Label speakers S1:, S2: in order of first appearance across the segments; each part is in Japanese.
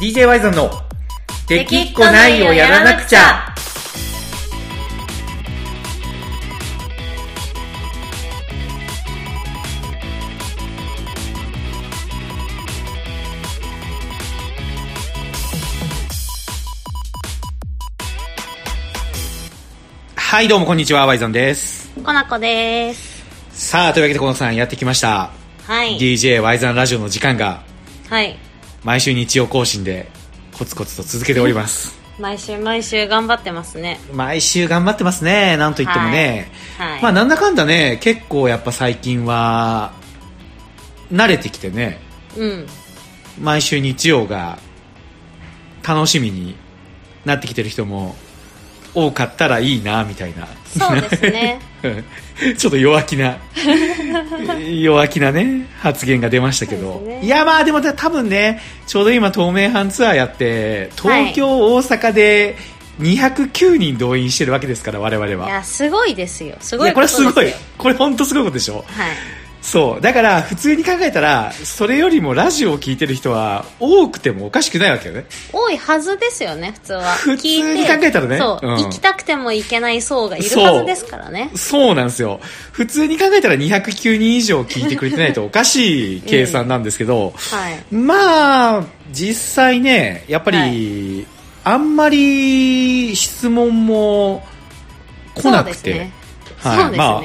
S1: DJ ワイゾンの「できっこないをやらなくちゃ」はいどうもこんにちはワイゾンです
S2: こなこです
S1: さあというわけでこのさんやってきました、
S2: はい
S1: DJ ワイザンラジオの時間が
S2: はい
S1: 毎週日曜更新でコツコツと続けております
S2: 毎週毎週頑張ってますね
S1: 毎週頑張ってますねなんといってもね、
S2: はい、
S1: まあなんだかんだね結構やっぱ最近は慣れてきてね
S2: うん
S1: 毎週日曜が楽しみになってきてる人も多かったらいいなみたいな
S2: そうですね
S1: ちょっと弱気な 弱気なね発言が出ましたけ
S2: そ
S1: ど、
S2: うですね
S1: いやまあでも多分ねちょうど今東名阪ツアーやって東京、大阪で209人動員してるわけですから我々
S2: い
S1: は
S2: やすごいですよすご
S1: い
S2: い
S1: やこれ
S2: とです
S1: す
S2: よ
S1: ごいこれ本当すごいことでしょ
S2: はい
S1: そうだから普通に考えたらそれよりもラジオを聞いてる人は多くてもおかしくないわけよね
S2: 多いはずですよね普通は
S1: 普通に
S2: 聞いて
S1: 考えたらね
S2: そう、
S1: うん
S2: 行きたくても行けない層がいるはずですからね
S1: そうなんですよ普通に考えたら209人以上聞いてくれてないとおかしい計算なんですけど、
S2: はい
S1: まあ実際ねやっぱり、
S2: は
S1: あんまり質問も来なく
S2: そう
S1: て、
S2: ですね
S1: はい
S2: そうですね、
S1: まあ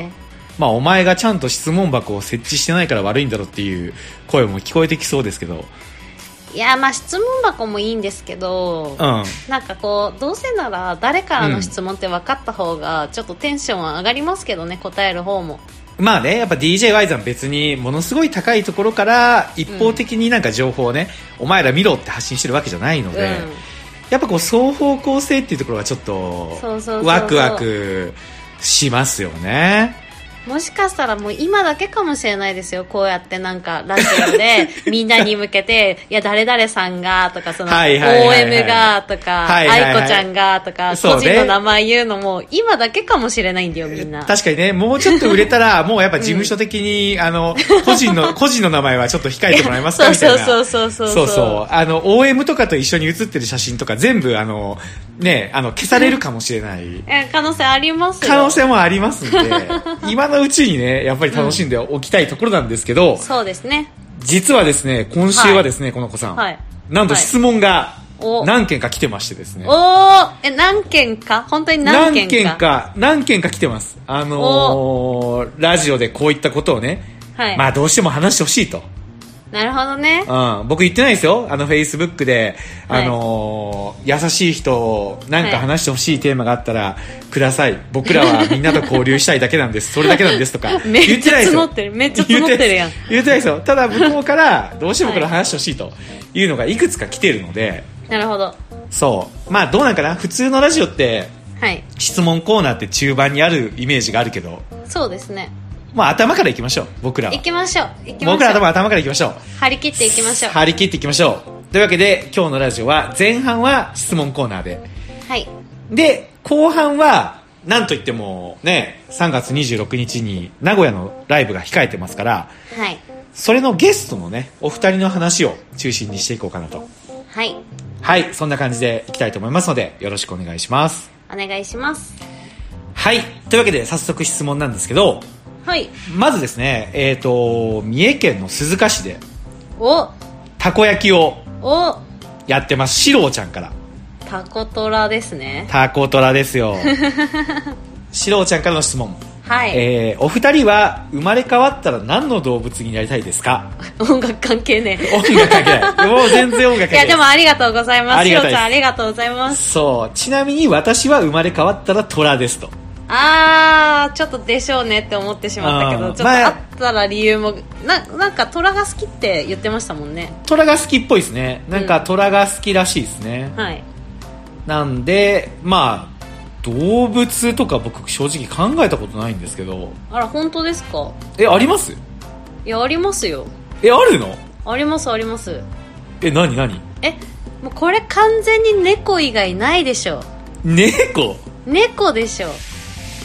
S1: まあお前がちゃんと質問箱を設置してないから悪いんだろっていう声も聞こえてきそうですけど
S2: いやまあ質問箱もいいんですけど、
S1: うん
S2: なんかこうどうせなら誰からの質問って分かった方がちょっとテンションは上がりますけどね答える方も
S1: まあね、やっぱ DJY さん別にものすごい高いところから一方的になんか情報をね、お前ら見ろって発信してるわけじゃないので、
S2: う
S1: やっぱこう双方向性っていうところがちょっと
S2: そうそうそうそう
S1: ワクワクしますよね。
S2: ん、もしかしたらもう今だけかもしれないですよこうやってなんかラジ オでみんなに向けて「いや誰々さんが」とか「その
S1: はいはいはいはい
S2: OM が」とか「
S1: はいはいはい
S2: 愛子ちゃんが」とか、
S1: そうね
S2: 個人の名前言うのも今だけかもしれないんだよみんな
S1: 確かにね、もうちょっと売れた ら、もうやっぱ事務所的に、あの、個人の、個人の名前はちょっと控えてもらえますか
S2: そう
S1: みたい
S2: そう
S1: な。
S2: そうそうそう
S1: そうそう。あの、OM とかと一緒に写ってる写真とか全部、あの、ね、あの、消されるかもしれない。
S2: え可能性ありますよ
S1: 可能性もありますん で、今のうちにね、やっぱり楽しんでおきたいところなんですけど、
S2: そうですね
S1: 実はですね、今週はですね、この子さん、
S2: はい
S1: なんと質問が
S2: お
S1: 何件か来てましてですね、
S2: おーえ何件か本当に何
S1: 何
S2: 件か
S1: 件か、何件か来てます。あのーラジオでこういったことをね、
S2: はい、
S1: まあどうしても話してほしいと。
S2: なるほどね
S1: うん、僕言ってないですよ。あの、フェイスブックで、
S2: はい
S1: あのー優しい人をなんか話してほしいテーマがあったら、ください。僕ら はみんなと交流したいだけなんです。それだけなんですとか。
S2: めっち
S1: 言
S2: ゃ
S1: ないですよ
S2: 募ってるめっちゃ募ってるやん
S1: 言ってないですよ。ただ、向こうから、どうしてもこれ話してほしいというのがいくつか来てるので、
S2: なるほど
S1: そう。まあ、どうなんかな普通のラジオって、
S2: はい
S1: 質問コーナーって中盤にあるイメージがあるけど、
S2: そうですね
S1: まあ、頭からいきましょう。僕らは
S2: 行。きましょう行きましょう
S1: 僕らは多分頭からいきましょう。
S2: 張り切っていきましょうは
S1: 張り切っていきましょうというわけで今日のラジオは前半は質問コーナーで
S2: い
S1: で後半はなんといってもね3月26日に名古屋のライブが控えてますから
S2: はい
S1: それのゲストのねお二人の話を中心にしていこうかなと
S2: はい
S1: はいそんな感じでいきたいと思いますのでよろしくお願いします
S2: お願いします
S1: はいというわけで早速質問なんですけど
S2: はい
S1: まずですねえっ、と三重県の鈴鹿市で
S2: お
S1: たこ焼きを
S2: お
S1: やってますシローちゃんから
S2: タコトラですね
S1: タコトラです よシローちゃんからの質問、
S2: はい、
S1: えーお二人は生まれ変わったら何の動物になりたいですか
S2: 音楽関係ねえ
S1: 音楽関係 ないもう全然音楽関係ない
S2: いやでもありがとうございま
S1: あ
S2: す
S1: り
S2: し
S1: が
S2: ろ
S1: たい
S2: ち
S1: です
S2: ゃんありがとうございます
S1: そうちなみに私は生まれ変わったらトラですと
S2: あーちょっとでしょうねって思ってしまったけ
S1: う
S2: ど
S1: ん
S2: ちょっとあったら理由もななんかトラが好きって言ってましたもんね
S1: トラが好きっぽいですねなんか
S2: うん
S1: トラが好きらしいですね、
S2: はい
S1: なんでまあ動物とか僕正直考えたことないんですけど
S2: あら本当ですか
S1: えあります
S2: いやありますよ
S1: えあるの
S2: ありますあります
S1: え何何
S2: えもうこれ完全に猫以外ないでしょ
S1: 猫
S2: 猫でしょ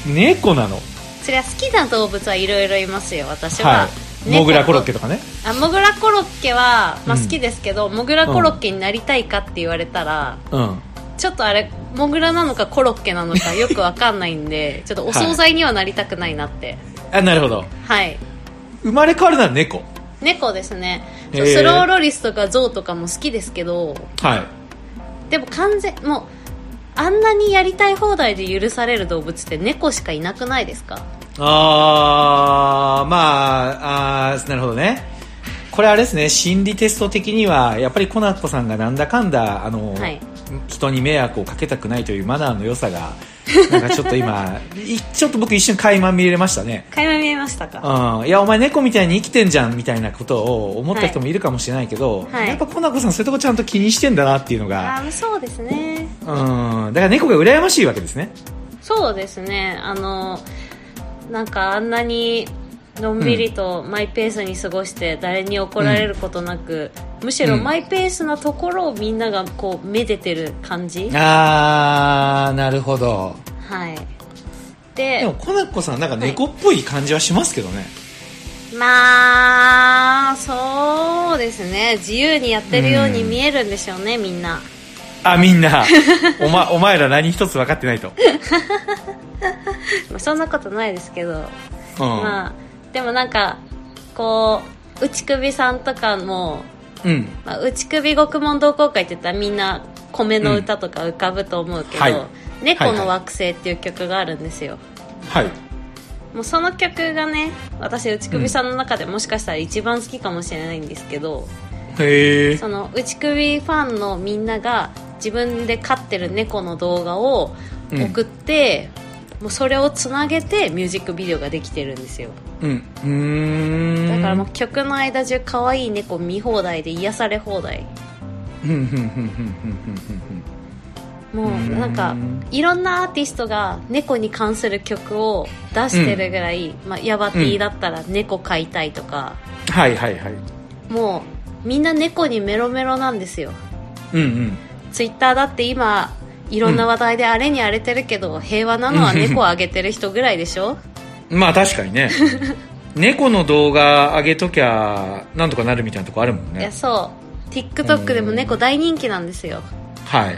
S1: 猫なの
S2: そりゃ好きな動物はいろいろいますよ私は、
S1: はいモグラコロッケとかね
S2: あモグラコロッケは、まあ、
S1: うん
S2: 好きですけど、モグラコロッケになりたいかって言われたら、
S1: うん
S2: ちょっとあれモグラなのかコロッケな のかよくわかんないんでちょっとお惣菜にはなりたくないなって
S1: あなるほど
S2: はい
S1: 生まれ変わるなら猫
S2: 猫ですね、
S1: へー
S2: スローロリスとかゾウとかも好きですけど
S1: はい
S2: でも完全もうあんなにやりたい放題で許される動物って猫しかいなくないですか
S1: あーまああーなるほどねこれあれですね心理テスト的にはやっぱりコナコさんがなんだかんだあの、
S2: はい
S1: 人に迷惑をかけたくないというマナーの良さがなんかちょっと今 いちょっと僕一瞬垣間見れましたね
S2: 垣間見えましたか
S1: うん、いやお前猫みたいに生きてんじゃんみたいなことを思った人もいるかもしれないけど、
S2: はいはい
S1: やっぱコナコさんそういうとこちゃんと気にしてんだなっていうのが、
S2: あーそうですね
S1: うん、だから猫が羨ましいわけですね
S2: そうですねあのなんかあんなにのんびりとマイペースに過ごして誰に怒られることなく、むしろ
S1: うん
S2: マイペースなところをみんながこうめでてる感じ、
S1: あーなるほど
S2: はい
S1: で
S2: で
S1: もコナコさんなんか猫っぽい感じはしますけどね、
S2: まあそうですね自由にやってるように見えるんでしょうね、みんな
S1: あみんなお,、ま、お前ら何一つ分かってないと、
S2: まあそんなことないですけど
S1: うん
S2: まあでもなんかこう内首さんとかも、
S1: うん
S2: まあ、内首獄門同好会って言ったらみんな米の歌とか浮かぶと思うけど、
S1: うんはい
S2: 猫の惑星っていう曲があるんですよ、
S1: はい
S2: もうその曲がね私内首さんの中でもしかしたら一番好きかもしれないんですけど、
S1: へえ
S2: その内首ファンのみんなが自分で飼ってる猫の動画を送って、もうそれをつなげてミュージックビデオができてるんですよ
S1: うんうーん
S2: だからもう曲の間中可愛い猫見放題で癒され放題
S1: うんうんうんうんうんうん
S2: もう
S1: うん
S2: なんかいろんなアーティストが猫に関する曲を出してるぐらい、まあ、ヤバティだったら猫飼いたいとか、
S1: うんはいはいはい
S2: もうみんな猫にメロメロなんですよ
S1: うんうん
S2: ツイッターだって今いろんな話題であれに荒れてるけど、平和なのは猫をあげてる人ぐらいでしょ
S1: まあ確かに ね猫の動画上げときゃなんとかなるみたいなとこあるもん
S2: いや
S1: ね
S2: そう TikTok でも猫大人気なんですよ
S1: はい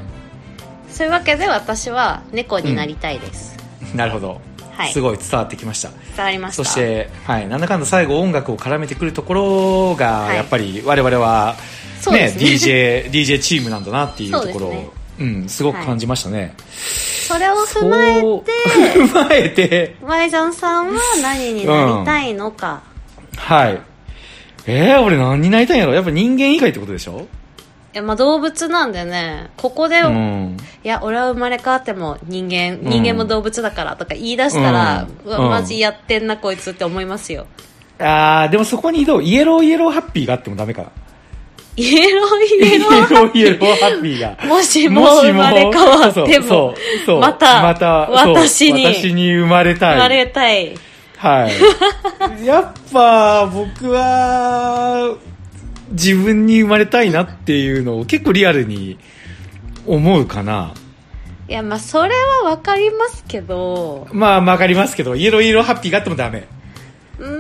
S2: そういうわけで私は猫になりたいです、
S1: なるほど、
S2: はい
S1: すごい伝わってきました
S2: 伝わりました
S1: そして、はい、なんだかんだ最後音楽を絡めてくるところが
S2: はい
S1: やっぱり我々は、
S2: そうで
S1: ね
S2: すね
S1: DJ, DJ チームなんだなっていうところ
S2: そう
S1: をう、
S2: ですね
S1: ん、すごく感じましたね、
S2: それを
S1: そう
S2: 踏まえて
S1: 踏まえて
S2: ワイザンさんは何になりたいのか、
S1: はいえー、俺何になりたいんやろやっぱ人間以外ってことでしょ
S2: いやまあ動物なんでねここで、
S1: うん
S2: いや俺は生まれ変わっても人間人間も動物だからとか言い出したら、
S1: う
S2: うんわ
S1: うん
S2: マジやってんなこいつって思いますよ
S1: あーでもそこにどうイエローイエローハッピーがあってもダメか な
S2: イエローイエロー
S1: イエローイエローハッピーが
S2: もしも生まれ変わっても
S1: そうそうそう
S2: また
S1: またそう
S2: 私に
S1: 私に生まれたい
S2: 生まれたい
S1: はい。 やっぱ僕は自分に生まれたいなっていうのを結構リアルに思うかな。
S2: いやまあそれはわかりますけど
S1: まあわかりますけど、イエローイエローハッピーがあってもダメ。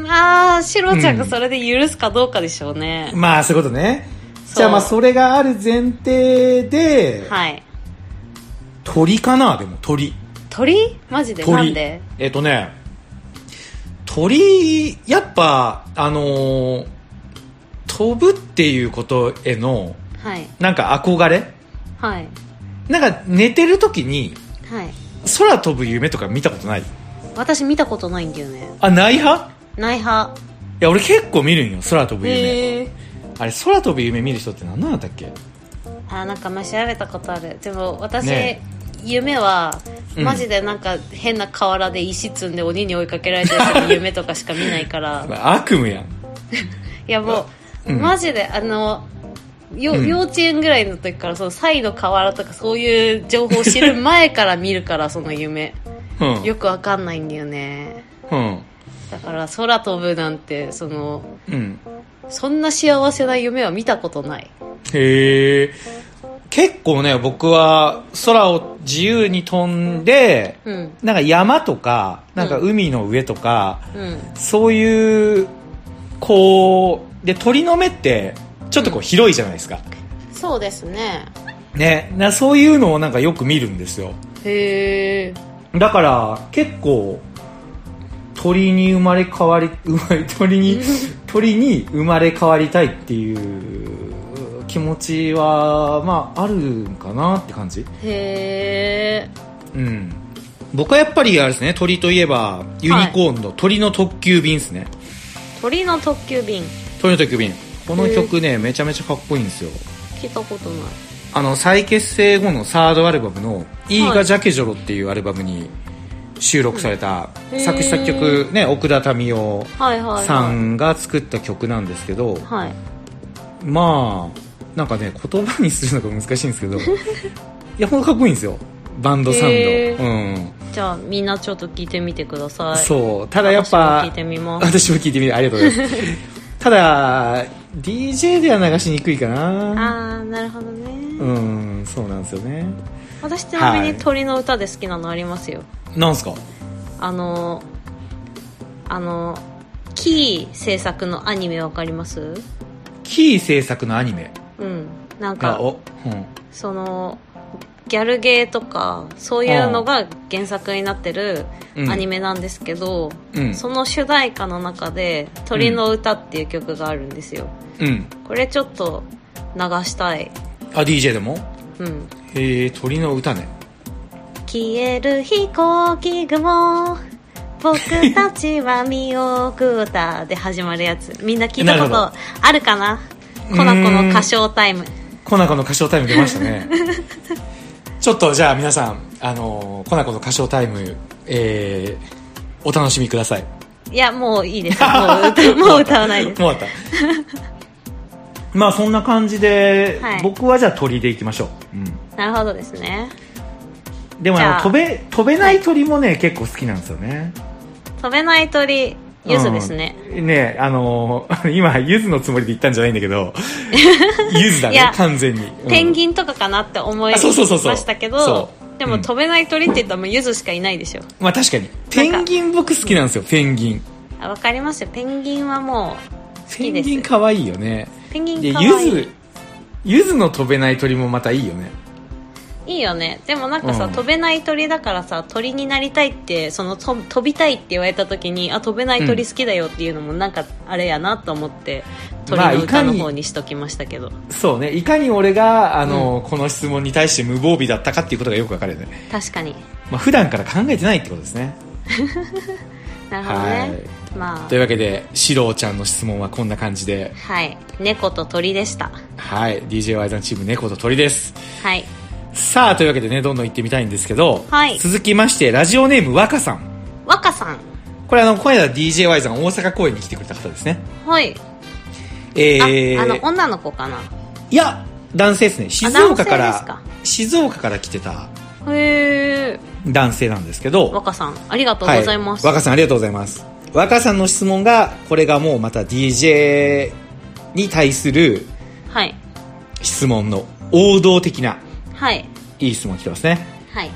S2: まあシロちゃんがそれで許すかどうかでしょうね、
S1: まあそういうことね。
S2: そう
S1: じゃあまあそれがある前提で、
S2: はい
S1: 鳥かなでも鳥。
S2: 鳥マジで
S1: 鳥。
S2: なんで
S1: えっとね、鳥、やっぱ、あのー飛ぶっていうことへの、
S2: はい
S1: なんか憧れ
S2: はい
S1: なんか寝てる時に
S2: はい
S1: 空飛ぶ夢とか見たことない
S2: 私見たことないんだよね
S1: あ、ない派
S2: ない派
S1: いや、俺結構見るんよ、空飛ぶ夢。
S2: へえ
S1: あれ、空飛ぶ夢見る人って何なんだっけ
S2: あなんか前調べたことあるでも私、
S1: ね
S2: 夢は
S1: うん
S2: マジでなんか変な河原で石積んで鬼に追いかけられて る夢とかしか見ないから
S1: 悪夢やん。
S2: いやもう、
S1: うん
S2: マジであのよ、
S1: うん
S2: 幼稚園ぐらいの時からそのサイの河原とかそういう情報を知る前から見るからその夢
S1: うん。
S2: よくわかんないんだよね
S1: うん。
S2: だから空飛ぶなんてその
S1: うん。
S2: そんな幸せな夢は見たことない
S1: へえ。結構ね、僕は空を自由に飛んで、
S2: うん
S1: なんか山とか、なんか海の上とか、
S2: うん
S1: そういうこうで鳥の目ってちょっとこう広いじゃないですか、
S2: そうですね
S1: ねなそういうのをなんかよく見るんですよ
S2: へえ
S1: だから結構鳥に生まれ変わり 生まれ鳥 に鳥に生まれ変わりたいっていう気持ちはまああるんかなって感じ
S2: へえ
S1: うん僕はやっぱりあれですね鳥といえばユニコーンの鳥の特急便ですね、
S2: 鳥の特急便
S1: 鳥の特急便この曲ねめちゃめちゃかっこいいんですよ
S2: 聞いたことない
S1: あの再結成後のサードアルバムの「イーガ・ジャケジョロ」っていうアルバムに収録された
S2: うん
S1: 作詞作
S2: へ
S1: 曲、ね、奥田民生
S2: はいはい、はい、
S1: さんが作った曲なんですけど、
S2: はい
S1: まあなんかね言葉にするのが難しいんです けどいやほんとかっこいいんですよバンドサウン
S2: へ
S1: ド、うん、
S2: じゃあみんなちょっと聞いてみてください
S1: そうた
S2: た
S1: だやっ
S2: 聞い
S1: ぱ
S2: て みます
S1: 私も聞いてみてありがとうございます ただ DJ では流しにくいかな
S2: ああなるほどね、
S1: うんそうなんですよね
S2: 私ちなみ
S1: はい
S2: に鳥の歌で好きなのありますよ、
S1: なんすか
S2: あのあのキー制作のアニメわかります
S1: キー制作のアニメ
S2: うんなん
S1: が
S2: か
S1: お、うん、
S2: そのギャルゲーとかそういうのが原作になってる
S1: うん
S2: アニメなんですけど、
S1: うん
S2: その主題歌の中で「鳥の歌」っていう曲があるんですよ、
S1: うん
S2: これちょっと流したい
S1: あ DJ でも
S2: うん
S1: へえ鳥の歌ね
S2: 消える飛行機雲僕たちは見送ったで始まるやつみんな聞いたこ
S1: なる
S2: とあるかな
S1: うーん
S2: コナコの歌唱タイム
S1: コナコの歌唱タイム出ました ねちょっとじゃあ皆さん、あのーコナコの歌唱タイム、えー、お楽しみください
S2: いやもういいですもう歌 もう歌わないです
S1: もうあった まあそんな感じで、
S2: はい
S1: 僕はじゃあ鳥でいきましょう、
S2: なるほどですね
S1: うん、でもあの
S2: じゃあ
S1: 飛べ飛べない鳥もね、結構好きなんですよね
S2: 飛べない鳥ゆずですね、
S1: うんねあのー 今ゆずのつもりで言ったんじゃないんだけ どゆずだ
S2: い
S1: ね
S2: や
S1: 完全に、うん
S2: ペンギンとかかなって思い
S1: あ
S2: ま
S1: そうそうそうそう
S2: したけ
S1: そ
S2: ど
S1: う
S2: で
S1: う
S2: も
S1: ん
S2: 飛べない鳥って言ったらもうゆずしかいないでしょ
S1: まあ確かにペンギン僕好きなんですよペンギン
S2: あわかりますよペンギンはも
S1: ペ
S2: き
S1: ン
S2: です
S1: ギン可愛いよね
S2: うペンギ
S1: で
S2: ンかわ
S1: ゆ
S2: いい
S1: ずゆずの飛べない鳥もまたいいよね
S2: いいよねでもなんかさ、
S1: うん
S2: 飛べない鳥だからさ鳥になりたいってそのと飛びたいって言われた時にあ飛べない鳥好きだよっていうのもなんかあれやなと思って鳥
S1: まあ
S2: の
S1: いか
S2: 歌
S1: に
S2: の方にしときましたけど、
S1: そうねいかに俺があの、この質問に対して無防備だったかっていうことがよくわかるよね、
S2: 確かに
S1: まあ普段から考えてないってことですね
S2: なるほどねま
S1: とい
S2: あ
S1: うわけでシローちゃんの質問はこんな感じで
S2: はい猫と鳥でした
S1: はい DJY さんチーム猫と鳥です
S2: はい
S1: さあというわけでねどんどん行ってみたいんですけど、
S2: はい
S1: 続きましてラジオネーム若さん
S2: 若さん
S1: これあのこの間 DJY さん大阪公演に来てくれた方ですね
S2: はい、
S1: えー、
S2: ああの女の子かない
S1: や男性ですね静岡か
S2: 男性
S1: ら静岡から来てた
S2: へえ
S1: 男性なんですけど
S2: 若さんありがとうございます、
S1: はい、若さんありがとうございます若さんの質問がこれがもうまた DJ に対する
S2: はい
S1: 質問の王道的な
S2: はい
S1: いい質問来てますね
S2: はい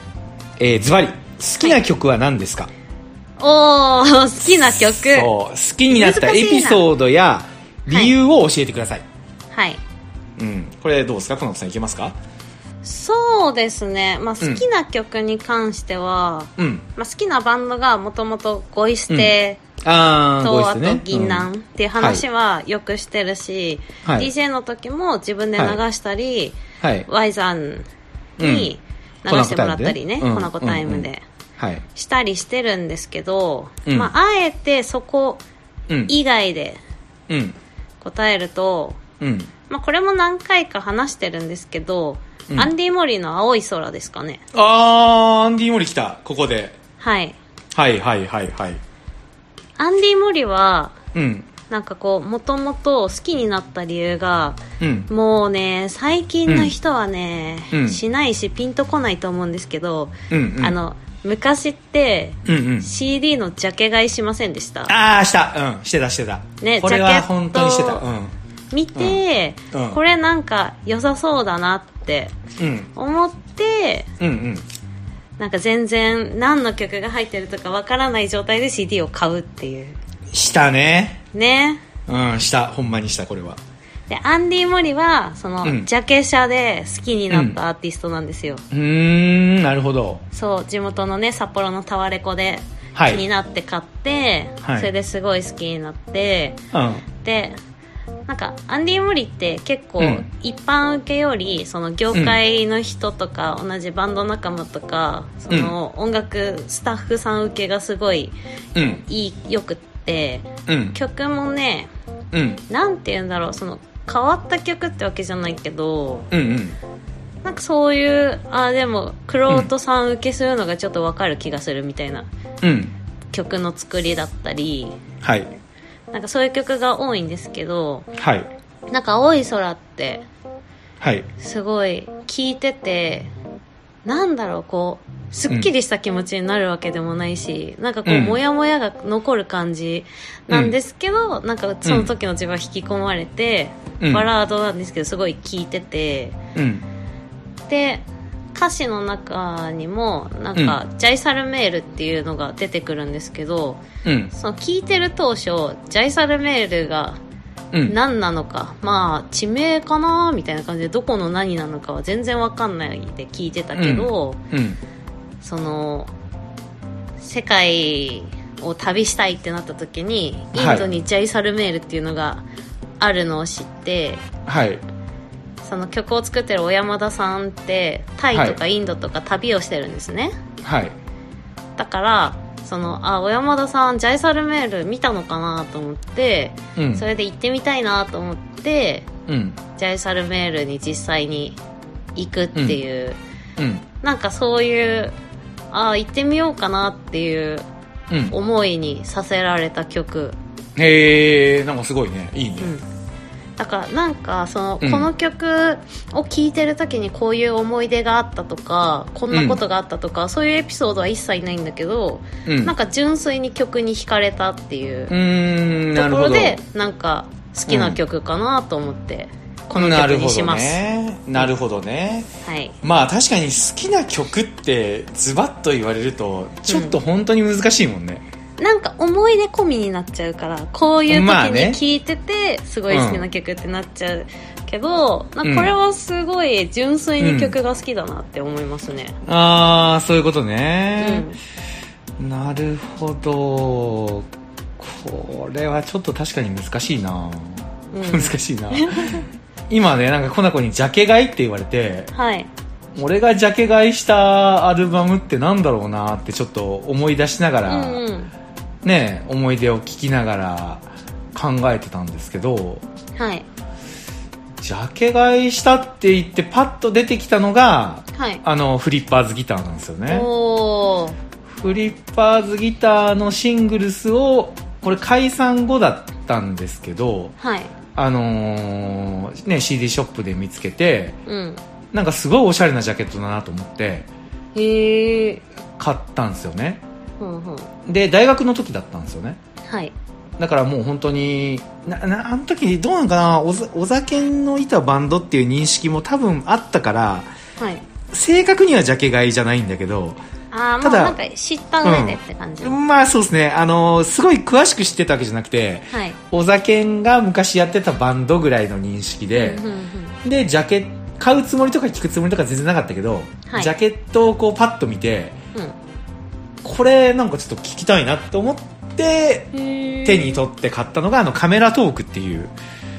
S1: えーズバリ好きな曲は何ですか、
S2: おー 好きな曲
S1: そう好きになったエピソードや
S2: 難しいな
S1: 理由を教えてください、
S2: はい
S1: うん、これどうですかこの子さんいけますか
S2: そうですね、まあ、
S1: うん
S2: 好きな曲に関しては、
S1: うん
S2: まあ、好きなバンドがもともと「ゴイステ」
S1: ああ
S2: と、あと「銀杏」っていう話
S1: は
S2: はよくしてるし、
S1: はい
S2: DJ の時も自分で流したり、
S1: はい
S2: ワイザンに流してもらったりね、
S1: うん
S2: この子タイムで
S1: はい
S2: したりしてるんですけど、
S1: うん
S2: まあ、あえてそこ
S1: うん
S2: 以外で
S1: うん
S2: 答えると、
S1: うん
S2: まあ、これも何回か話してるんですけど、
S1: うん
S2: アンディ・モリーの「青い空」ですかね。
S1: あーアンディ・モリ来たここで
S2: はい
S1: はいはいはいはい
S2: アンディ・モリは
S1: うん
S2: なんかこうもともと好きになった理由が
S1: うん
S2: もうね最近の人はね、
S1: うん
S2: しないしピンとこないと思うんですけど、
S1: うんうん
S2: あの昔って
S1: うんうん
S2: CD のジャケ買いしませんでした
S1: ああしたうんしてたしてた
S2: ね
S1: これ
S2: ジャケ
S1: は
S2: ット
S1: 本当にしてたうん
S2: 見て、
S1: うんうん
S2: これなんか良さそうだなって
S1: うん
S2: 思って
S1: うんうん
S2: なんか全然何の曲が入ってるとかわからない状態で CD を買うっていう
S1: したね
S2: ね
S1: うんしたほんまにしたこれは
S2: でアンディ・モリはその、
S1: うん
S2: ジャケ写で好きになったアーティストなんですよ、
S1: うーんなるほど
S2: そう地元のね札幌のタワレコで
S1: はい
S2: 気になって買って、
S1: はい
S2: それですごい好きになって
S1: うん
S2: でなんかアンディ・モリって結構
S1: うん
S2: 一般受けよりその業界の人とか同じバンド仲間とかその音楽スタッフさん受けがすごい
S1: うん
S2: いいよくって
S1: うん
S2: 曲もね
S1: うん
S2: なんて言うんだろうその変わった曲ってわけじゃないけど
S1: うんうん
S2: なんかそういうあーでもクロートさん受けするのがちょっとわかる気がするみたいな
S1: うん
S2: 曲の作りだったり
S1: はい
S2: なんかそういう曲が多いんですけど
S1: はい
S2: なんか「青い空」って
S1: はい
S2: すごい聴いててなんだろうこうすっきりした気持ちになるわけでもないし、なんかこ
S1: う
S2: うんモヤモヤが残る感じなんですけど、なんかその時の自分は引き込まれて、
S1: うん
S2: バラードなんですけどすごい聴いてて。
S1: うん
S2: で歌詞の中にもなんか、ジャイサルメールっていうのが出てくるんですけど
S1: うん
S2: その聞いてる当初ジャイサルメールが
S1: うん
S2: 何なのか、まあ地名かなみたいな感じでどこの何なのかは全然わかんないで聞いてたけど、
S1: うん
S2: その世界を旅したいってなった時にイ
S1: はい
S2: ンドにジャイサルメールっていうのがあるのを知って、
S1: はい
S2: その曲を作ってる小山田さんってタイとかインドとか旅をしてるんですね、
S1: はい
S2: だからそのあ小山田さんジャイサルメール見たのかなと思って
S1: うん
S2: それで行ってみたいなと思って
S1: うん
S2: ジャイサルメールに実際に行くっていう、
S1: うん
S2: なんかそういうあ行ってみようかなっていう
S1: うん
S2: 思いにさせられた曲、
S1: へえんかすごいねいいね
S2: うん、だからなんかその、
S1: うん
S2: この曲を聴いてる時にこういう思い出があったとかこんなことがあったとか、そういうエピソードは一切ないんだけど、
S1: うん
S2: なんか純粋に曲に惹かれたっていう
S1: うーん
S2: と
S1: なる
S2: こ
S1: ほ
S2: ろ
S1: ど
S2: でなんか好きな曲かなと思って、この
S1: な
S2: 曲
S1: るほ
S2: にし
S1: ど
S2: ます、
S1: ねなるほどね
S2: はい
S1: まあ確かに好きな曲ってズバッと言われるとちょっと本当に難しいもんね、
S2: なんか思い出込みになっちゃうからこういう時
S1: まあね
S2: に聴いててすごい好きな曲ってなっちゃうけど、なんかこれはすごい純粋に曲が好きだなって思いますね、
S1: ああそういうこと
S2: うん
S1: ね、なるほどこれはちょっと確かに難しいな、
S2: うん
S1: 難しいな今ねなんかコナコにジャケ買いって言われて
S2: はい
S1: 俺がジャケ買いしたアルバムってなんだろうなってちょっと思い出しなが
S2: う
S1: ら、
S2: んうん
S1: ね思い出を聞きながら考えてたんですけど
S2: はい
S1: ジャケ買いしたって言ってパッと出てきたのが
S2: はい
S1: あのフリッパーズギターなんですよね
S2: おお
S1: フリッパーズギターのシングルスをこれ解散後だったんですけど
S2: はい
S1: あのーね CD ショップで見つけて
S2: うん
S1: なんかすごいおしゃれなジャケットだなと思って
S2: へえ
S1: 買ったんですよね
S2: うんうん
S1: で大学の時だったんですよね
S2: はい
S1: だからもう本当にななあの時どうなのかなおざお酒のいたバンドっていう認識も多分あったから
S2: はい
S1: 正確にはジャケ買いじゃないんだけど
S2: ああま
S1: た
S2: あ
S1: だ
S2: なんか知った上でって感じ、
S1: まあそうですねあのすごい詳しく知ってたわけじゃなくて
S2: はい
S1: お酒が昔やってたバンドぐらいの認識で
S2: うん、うんうん
S1: でジャケ買うつもりとか聞くつもりとか全然なかったけど、
S2: はい
S1: ジャケットをこうパッと見て
S2: う
S1: これなんかちょっと聞きたいなと思って
S2: んへー
S1: 手に取って買ったのがあのカメラトークっていう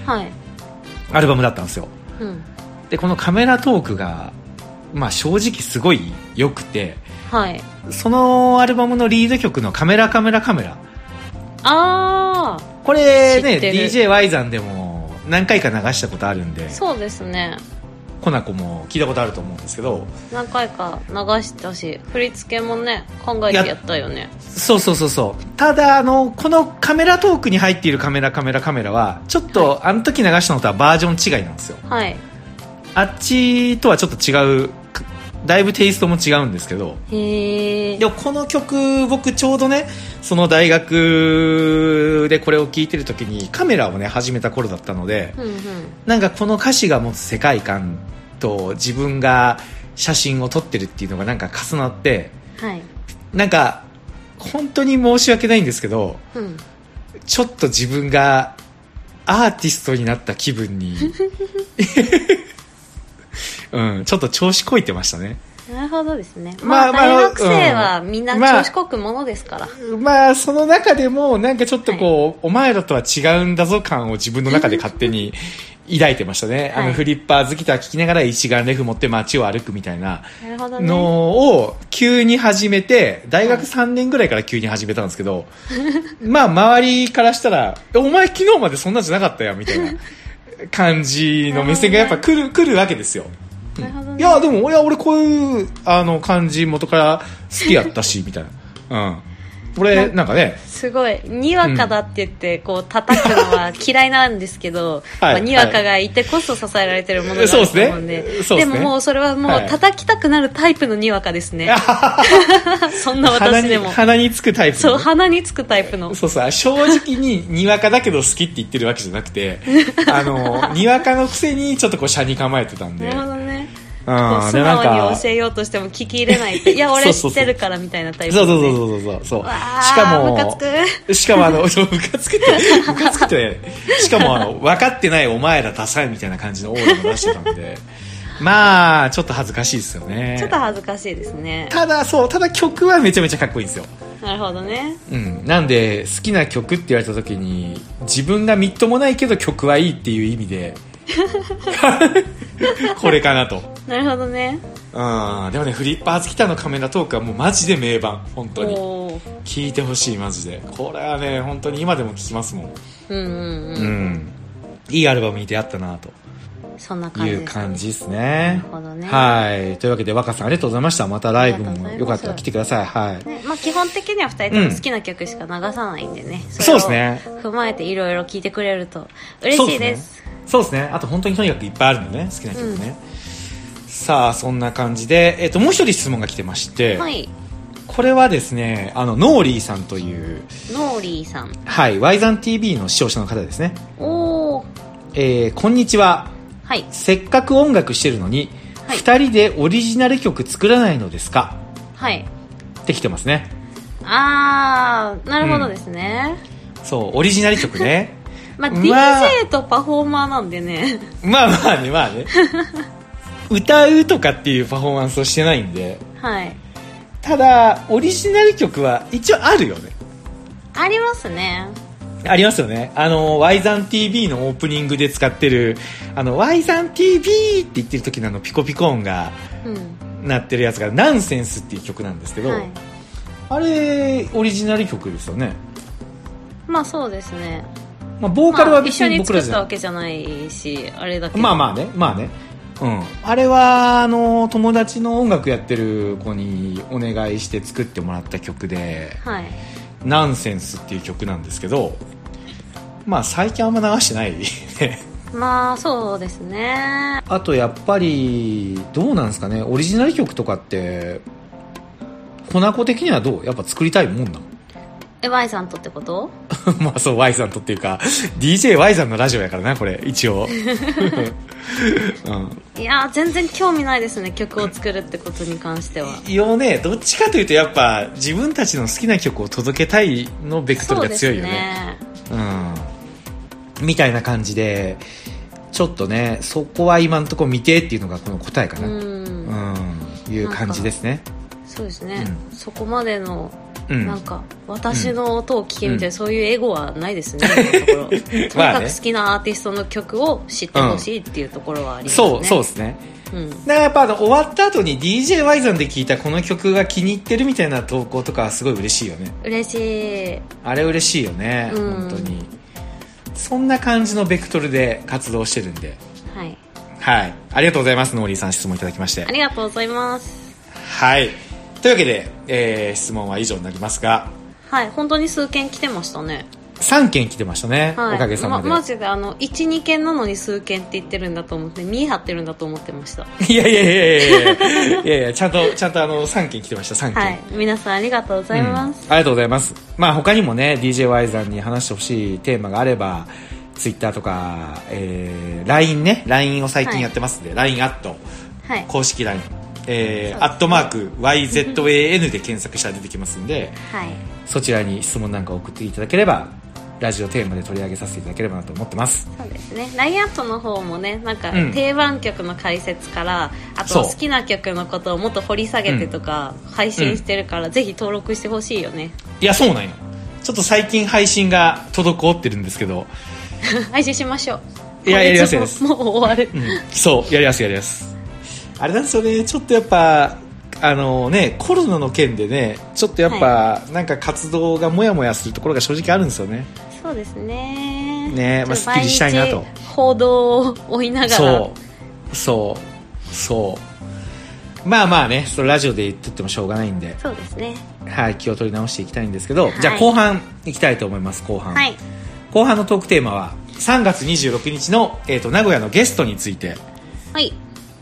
S2: はい
S1: アルバムだったんですよ
S2: うん
S1: でこのカメラトークが、まあ、正直すごい良くて
S2: はい
S1: そのアルバムのリード曲の「カメラカメラカメラ」
S2: あ
S1: これね
S2: 知ってる
S1: DJY さんでも何回か流したことあるんで
S2: あそうですね
S1: コナコも聞いたことあると思うんですけど
S2: 何回か流したし振り付けもね考えてやったよね
S1: そうそうそうそうただあのこのカメラトークに入っている「カメラカメラカメラ」はちょっとあの時流したのとはバージョン違いなんですよ
S2: はい
S1: あっちとはちょっと違うかだいぶテイストも違うんですけど
S2: へえ
S1: でもこの曲僕ちょうどねその大学でこれを聴いてる時にカメラをね始めた頃だったので
S2: うんうん
S1: なんかこの歌詞が持つ世界観と自分が写真を撮ってるっていうのがなんか重なって
S2: はい
S1: なんか本当に申し訳ないんですけど
S2: うん
S1: ちょっと自分がアーティストになった気分に、 うん、ちょっと調子こいてましたね
S2: なるほどですね。
S1: ま
S2: ま
S1: あ
S2: あ、
S1: まあ
S2: 大学生はみんな
S1: うんまあ
S2: 調子こくものですから。
S1: まあその中でもなんかちょっとこう、お前らとは違うんだぞ感を自分の中で勝手に 抱いてましたね、あ
S2: は
S1: の
S2: い
S1: フリッパーズギター聴きながら一眼レフ持って街を歩くみたいな
S2: なるほどね。
S1: のを急に始めて大学
S2: はい
S1: 3年ぐらいから急に始めたんですけど、 まあ周りからしたら「えお前昨日までそんなんじゃなかったよ」みたい な感じの目線がやっぱ来る来るわけですよ。
S2: なるほどね。
S1: いやでもいや俺こういうあの感じ元から好きやったしみたいな、うん、俺なんかね
S2: すごい。にわかだって言って、こう、叩くのは嫌いなんですけど、
S1: はい
S2: まあにわかがいてこそ支えられてるものだと思うんで。
S1: そうですねそうでね
S2: ですももうそれはも
S1: は
S2: う
S1: い
S2: 叩きたくなるタイプのにわかですね。 そんな
S1: 鼻
S2: 私
S1: に
S2: でも。
S1: 鼻につくタイプ
S2: そう、
S1: の
S2: 鼻につくタイプの。
S1: そうさ正直ににわかだけど好きって言ってるわけじゃなく てあのにわかのくせにちょっとこう車に構えてたんで
S2: なるほどね。こ
S1: う
S2: うん素
S1: でなんか
S2: 直に教えようとしても聞き入れないって。いや、
S1: そ
S2: 俺
S1: うそ
S2: 知
S1: うそう
S2: ってるからみたいなタイプ
S1: そ
S2: の
S1: う
S2: ね。
S1: そうそうそうそうそう
S2: わー
S1: しかも
S2: ムカつく
S1: しかもあ のそうムカつくってムカつくってしかもあの分かってないお前らダサいみたいな感じのオーラも出してたん でまあちょっと恥ずかしいですよね
S2: ちょっと恥ずかしいですね。
S1: ただそうただ曲はめちゃめちゃかっこいいんですよ
S2: なるほどね。
S1: うん、なんで好きな曲って言われた時に自分がみっともないけど曲はいいっていう意味 でこれかなと
S2: なるほどね。
S1: うんでもねフリッパーズギターのカメラトークはもうマジで名盤本当に
S2: おー
S1: 聞いてほしいマジでこれはね本当に今でも聞きますもん
S2: うんうん
S1: う
S2: うん。
S1: んいいアルバムに出会ったなと
S2: そんな感
S1: い
S2: じ
S1: う
S2: ですね。
S1: 感じですね
S2: なるほどね
S1: はいというわけで若さんありがとうございましたまたライブ
S2: ありがと
S1: も
S2: うございます
S1: よかったら来てくださいはい
S2: ねまあ、基本的には2人とも好きな曲しか流さないんでね、
S1: そうですね
S2: それを踏まえていろいろ聴いてくれると嬉しいです
S1: そうですねそうですねあと本当にとにかくいっぱいあるんでね好きな曲ね、さあそんな感じで、えっともう一人質問が来てまして、
S2: はい
S1: これはですねあのノーリーさんという、
S2: ノーリーさん
S1: はい、y ザン TV の視聴者の方ですね、
S2: おお
S1: えーこんにちは
S2: はい
S1: せっかく音楽してるのに、
S2: はい
S1: 2人でオリジナル曲作らないのですか
S2: はい
S1: って来てますね
S2: あーなるほどですね、
S1: そうオリジナル曲ね
S2: まあ、
S1: うわー
S2: DJ とパフォーマーなんでね
S1: まあまあねまあね歌うとかっていうパフォーマンスをしてないんで
S2: はい
S1: ただオリジナル曲は一応あるよね
S2: ありますね
S1: ありますよねあの y ザン TV のオープニングで使ってるあの y ザン TV って言ってる時のあのピコピコ音が
S2: うん
S1: 鳴ってるやつが「ナンセンス」っていう曲なんですけど、
S2: はい
S1: あれオリジナル曲ですよね、
S2: まあそうですね、
S1: まあ、ボーカル
S2: ま
S1: は
S2: あ、一
S1: 別
S2: 緒
S1: に
S2: に
S1: 僕ら
S2: 作っ
S1: じ
S2: た
S1: ゃ
S2: わけじゃないしあれだけど
S1: まあまあねまあねうん、あれはあの友達の音楽やってる子にお願いして作ってもらった曲で
S2: はい
S1: 「ナンセンス」っていう曲なんですけどまあ最近あんま流してないね
S2: まあそうですね
S1: あとやっぱりどうなんですかねオリジナル曲とかって粉子的にはどうやっぱ作りたいもんなの
S2: え Y さんとってこと
S1: まあそう Y さんとっていうか DJY さんのラジオやからなこれ一 応、うん、
S2: いやー全然興味ないですね曲を作るってことに関しては
S1: 一応ねどっちかというとやっぱ自分たちの好きな曲を届けたいのベクトル
S2: そ
S1: が
S2: うで
S1: 強
S2: す
S1: いよねうんみたいな感じでちょっとねそこは今のところ見てっていうのがこの答えか
S2: う
S1: な、うん
S2: ん
S1: いう感じですね
S2: そうですね、そこまでの
S1: うん
S2: なんか私の音を聴けみたいな、
S1: うん
S2: そういうエゴはないですね、 今のところとに
S1: まあ
S2: か
S1: ね
S2: く好きなアーティストの曲を知ってほしいっていうところはありますね、
S1: そうそうですね
S2: うん
S1: だからやっぱあの終わった後に DJY さんで聞いたこの曲が気に入ってるみたいな投稿とかはすごい嬉しいよね
S2: 嬉しい
S1: あれ嬉しいよね、
S2: うん
S1: 本当にそんな感じのベクトルで活動してるんで
S2: はい
S1: はいありがとうございますノーリーさん質問いただきまして
S2: ありがとうございます
S1: はいというわけで、えー質問は以上になりますが
S2: はい本当に数件来てましたね、
S1: 3件来てましたね、
S2: はい、
S1: おかげさまで、
S2: マジであの12件なのに数件って言ってるんだと思って見張ってるんだと思って ました
S1: いやいやいやいやいやいやい やちゃんとちゃんとあの3件来てました3件、
S2: はい、皆さんありがとうございます。
S1: うんありがとうございます。まあ他にもね、DJY さんに話してほしいテーマがあれば、Twitter とか、えー、LINE ね、LINE を最近やってますんで、LINE アット、
S2: はい、
S1: 公式 LINE、え
S2: そうです
S1: ー、
S2: ね
S1: アットマーク、YZAN で検索したら出てきますんで、
S2: はい、
S1: そちらに質問なんか送っていただければ、ラジオテーマで取り上げさせていただければなと思ってます
S2: そうですねラインアットの方もねなんか
S1: うん
S2: 定番曲の解説から、あ
S1: そ
S2: と
S1: う
S2: 好きな曲のことをもっと掘り下げてとか配信してるから、ぜひ登録してほしいよね
S1: いやそうなんよちょっと最近配信が滞ってるんですけど、
S2: 配信しましょう
S1: い
S2: い
S1: ややりますやります
S2: もう終わる、
S1: うん、そうやりやすいやりやすいあれなんですよねちょっとやっぱあのねコロナの件でねちょっとやっぱ、なんか活動がモヤモヤするところが正直あるんですよね
S2: そうですね
S1: ねまあ
S2: ちょっ
S1: すっきりしたいなと
S2: 毎日報道を追いながら
S1: そうそうそうまあまあねそのラジオで言っててもしょうがないんで、
S2: そうですね
S1: はい、気を取り直していきたいんですけど、
S2: はい
S1: じゃあ後半いきたいと思います後半、
S2: はい
S1: 後半のトークテーマは3月26日の、えー、と名古屋のゲストについて
S2: はい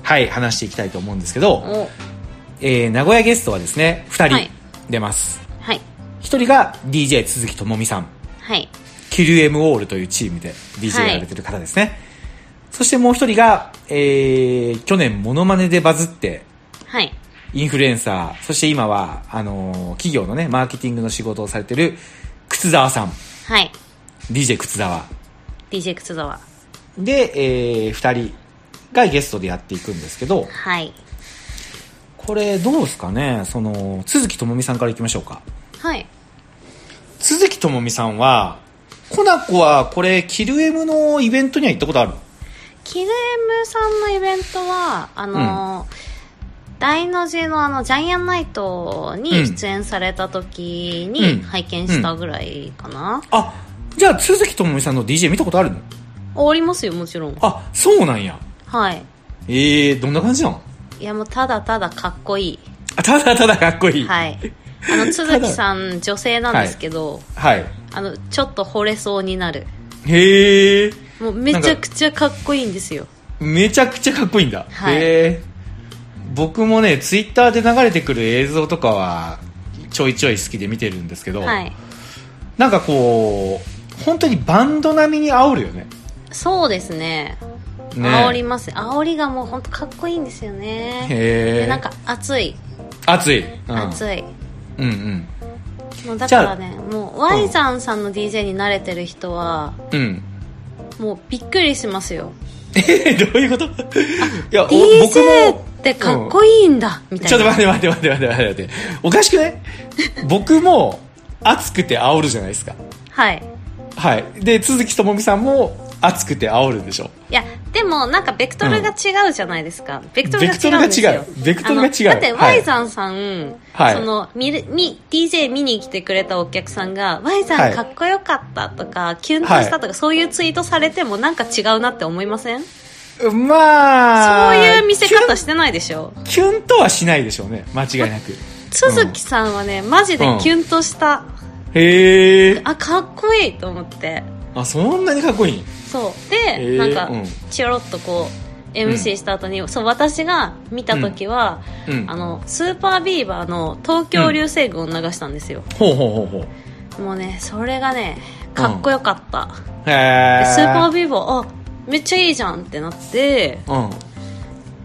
S1: はい話していきたいと思うんですけど、
S2: お
S1: えー名古屋ゲストはですね2
S2: はい
S1: 人出ます、
S2: はい
S1: 1人が DJ 鈴木智美さん
S2: はい
S1: キルエムオールというチームで DJ やられてる方ですね、そしてもう1人が、えー去年モノマネでバズって
S2: はい
S1: インフルエンサー、そして今は、あのー企業のね、マーケティングの仕事をされてる、靴沢さん、
S2: はい
S1: DJ 靴沢。
S2: DJ 靴沢
S1: で、えー、二人がゲストでやっていくんですけど、
S2: はい
S1: これどうですかね、その、鈴木智美さんからいきましょうか。
S2: はい
S1: 鈴木智美さんは、コナコはこれ、キルエムのイベントには行ったことある
S2: キレムさんのイベントはあのー、大の字のあのジャイアンナイトに出演された時
S1: うん
S2: に拝見したぐらいかな、
S1: あ、じゃあ鈴木智美さんの DJ 見たことあるの
S2: おりますよもちろん
S1: あ、そうなんや。
S2: はい
S1: えー、どんな感じなの
S2: いやもうただただかっこい
S1: あただただかっこい
S2: い
S1: い。
S2: はいあの鈴木さん女性なんですけど、
S1: はい。
S2: あのちょっと惚れそうになる
S1: へー。
S2: もうめちゃくちゃかっこいいんですよ
S1: めちゃくちゃかっこいいんだ、
S2: はい
S1: へえ僕もねツイッターで流れてくる映像とかはちょいちょい好きで見てるんですけど、
S2: はい
S1: なんかこう本当にバンド並みに煽るよね
S2: そうですね
S1: ね
S2: 煽ります煽りがもう本当かっこいいんですよね
S1: へ
S2: で
S1: え
S2: なんか熱い
S1: 熱い、うん、
S2: 熱い、
S1: うんうん
S2: もうだからねもう Y さんさんの DJ に慣れてる人は、
S1: うん
S2: もうびっくりしますよ
S1: えどういうこといやお
S2: DJ ってかっこいいんだ、みたいな
S1: ちょっと待って待って待って待って待って待っておかしくない僕も熱くて煽るじゃないですか
S2: はい
S1: はいで鈴木智美さんも熱くて煽るんでしょ
S2: いやでもなんかベクトルが違うじゃないですか、ベクトルが違うんですよ
S1: ベクトルが違うベクトルが違う
S2: あのだって
S1: はい
S2: Y さんさん、
S1: はい
S2: その見る見 DJ 見に来てくれたお客さんが Y さ
S1: は
S2: ん
S1: い
S2: かっこよかったとか、キュンとしたとか、そういうツイートされてもなんか違うなって思いません
S1: ま
S2: そ
S1: あ
S2: ういう見せ方してないでしょ
S1: キュンとはしないでしょうね間違いなく
S2: 鈴木さんはねマジでキュンとした、
S1: へえ
S2: あかっこいいと思って
S1: あそんなにかっこいい
S2: そう
S1: えー
S2: で、なんか
S1: うん
S2: ちょろっとこう MC した後に、そう私が見た時は、
S1: うんうん
S2: あのスーパービーバーの東京流星群を流したんですよ、
S1: ほうほうほうほう
S2: もうねそれがねかっこよかった、
S1: へ
S2: で
S1: え
S2: スーパービーバーあめっちゃいいじゃんってなって
S1: ー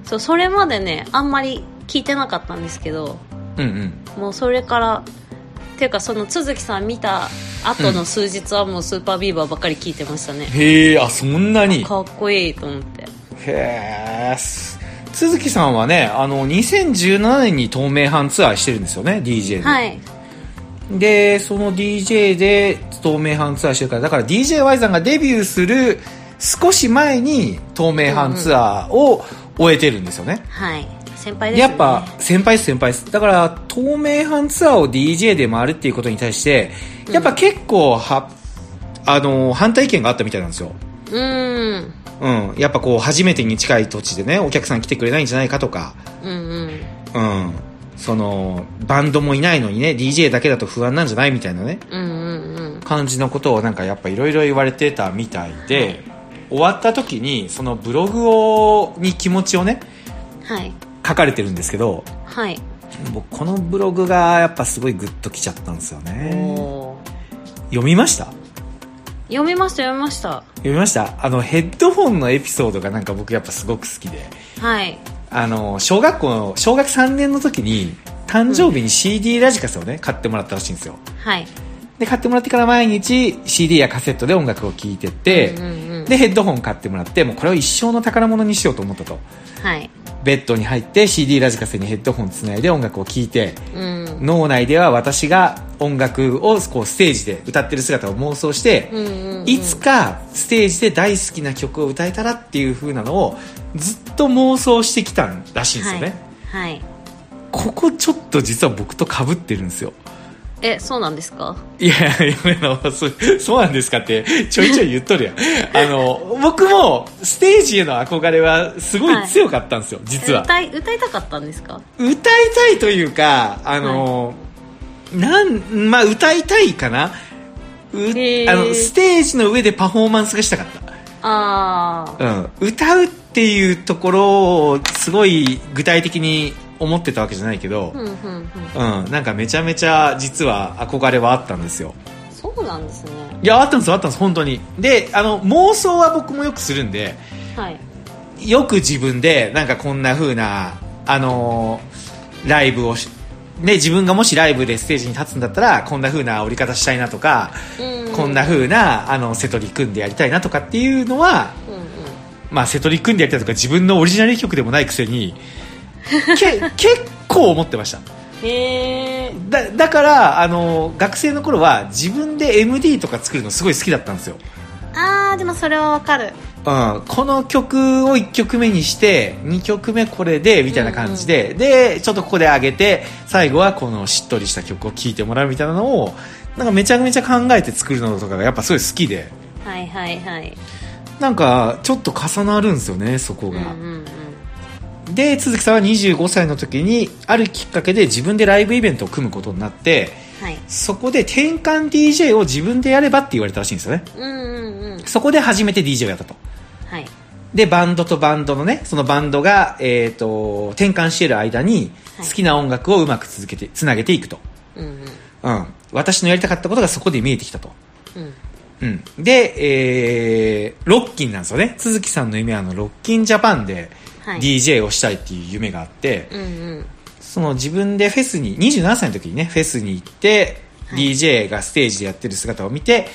S2: そうそれまでねあんまり聞いてなかったんですけど
S1: うんうんうん
S2: もうそれからっていうかその都築さん見た後の数日はもうスーパービーバーばっかり聞いてましたね、
S1: へえあそんなにへ
S2: かっこいいと思って
S1: え鈴木さんはねあの2017年に東名阪ツアーしてるんですよね DJ で、
S2: はい
S1: でその DJ で東名阪ツアーしてるからだから DJY さんがデビューする少し前に東名阪ツアーを終えてるんですよね、
S2: はい先輩です
S1: や
S2: ね
S1: っぱ先輩です先輩ですだから透明版ツアーを DJ で回るっていうことに対してやっぱ結構は、あの反対意見があったみたいなんですよ
S2: うーん
S1: うんやっぱこう初めてに近い土地でねお客さん来てくれないんじゃないかとか
S2: うんうん
S1: うんそのバンドもいないのにね DJ だけだと不安なんじゃないみたいなね
S2: うんうんうん
S1: 感じのことをなんかやっぱいろいろ言われてたみたいで終わった時にそのブログをに気持ちをね
S2: はい
S1: 書かれてるんですけど
S2: はい
S1: 僕このブログがやっぱすごいグッときちゃったんですよね
S2: おー
S1: 読みました
S2: 読みました読みました
S1: 読みましたあのヘッドホンのエピソードがなんか僕やっぱすごく好きで
S2: はい
S1: あの小学校の小学3年の時に誕生日に CD ラジカセをね、買ってもらったらしいんですよ
S2: はい
S1: で買ってもらってから毎日 CD やカセットで音楽を聴いてって、
S2: うんうんうん
S1: でヘッドホン買ってもらってもうこれを一生の宝物にしようと思ったと
S2: はい
S1: ベッドに入って CD ラジカセにヘッドホンつないで音楽を聴いて
S2: うん
S1: 脳内では私が音楽をこうステージで歌ってる姿を妄想して、
S2: うんうんうん
S1: いつかステージで大好きな曲を歌えたらっていう風なのをずっと妄想してきたらしいんですよね、
S2: はい、はい、
S1: ここちょっと実は僕と被ってるんですよ
S2: えそうなんですか
S1: いやいや嫁のそそうなんですかってちょいちょい言っとるやんあの僕もステージへの憧れはすごい強かったんですよ、実は
S2: 歌い歌いたかったんですか
S1: 歌いたいというかあの、なんまあ歌いたいかなう
S2: へー
S1: あのステージの上でパフォーマンスがしたかった
S2: ああ
S1: うん、歌うっていうところをすごい具体的に思ってたわけじゃないけど
S2: う、んうんうん
S1: うんなんかめちゃめちゃ実は憧れはあったんですよ
S2: そうなんですね
S1: いやあったんですよあったんです本当にであの妄想は僕もよくするんで
S2: はい
S1: よく自分でなんかこんな風なあのーライブをしね、自分がもしライブでステージに立つんだったらこんな風な折り方したいなとか、
S2: う
S1: こんな風なあの瀬戸り組んでやりたいなとかっていうのは
S2: うんうん
S1: まあ、瀬戸り組んでやりたいとか自分のオリジナル曲でもないくせにけ結構思ってました
S2: へえ
S1: だだからあの学生の頃は自分で MD とか作るのすごい好きだったんですよ、
S2: あーでもそれはわかる
S1: うん、この曲を1曲目にして2曲目これでみたいな感じで、でちょっとここで上げて最後はこのしっとりした曲を聴いてもらうみたいなのをなんかめちゃめちゃ考えて作るのとかがやっぱすごい好きで
S2: はいはいはい
S1: なんかちょっと重なるんですよねそこ
S2: うん
S1: が。
S2: うん
S1: で鈴木さんは25歳の時にあるきっかけで自分でライブイベントを組むことになって
S2: はい
S1: そこで転換 DJ を自分でやればって言われたらしいんですよね
S2: うんうんうん
S1: そこで初めて DJ をやったと
S2: はい
S1: でバンドとバンドのねそのバンドが、えー、と転換している間に
S2: は
S1: 好
S2: い
S1: きな音楽をうまく続けてつなげていくと、
S2: うんうん
S1: うん、私のやりたかったことがそこで見えてきたと、
S2: うん
S1: うん、で、えー、ロッキンなんですよね鈴木さんの夢はあのロッキンジャパンで
S2: はい
S1: DJ をしたいっていう夢があって、
S2: うんうん
S1: その自分でフェスに27歳の時にねフェスに行って、
S2: はい
S1: DJ がステージでやってる姿を見て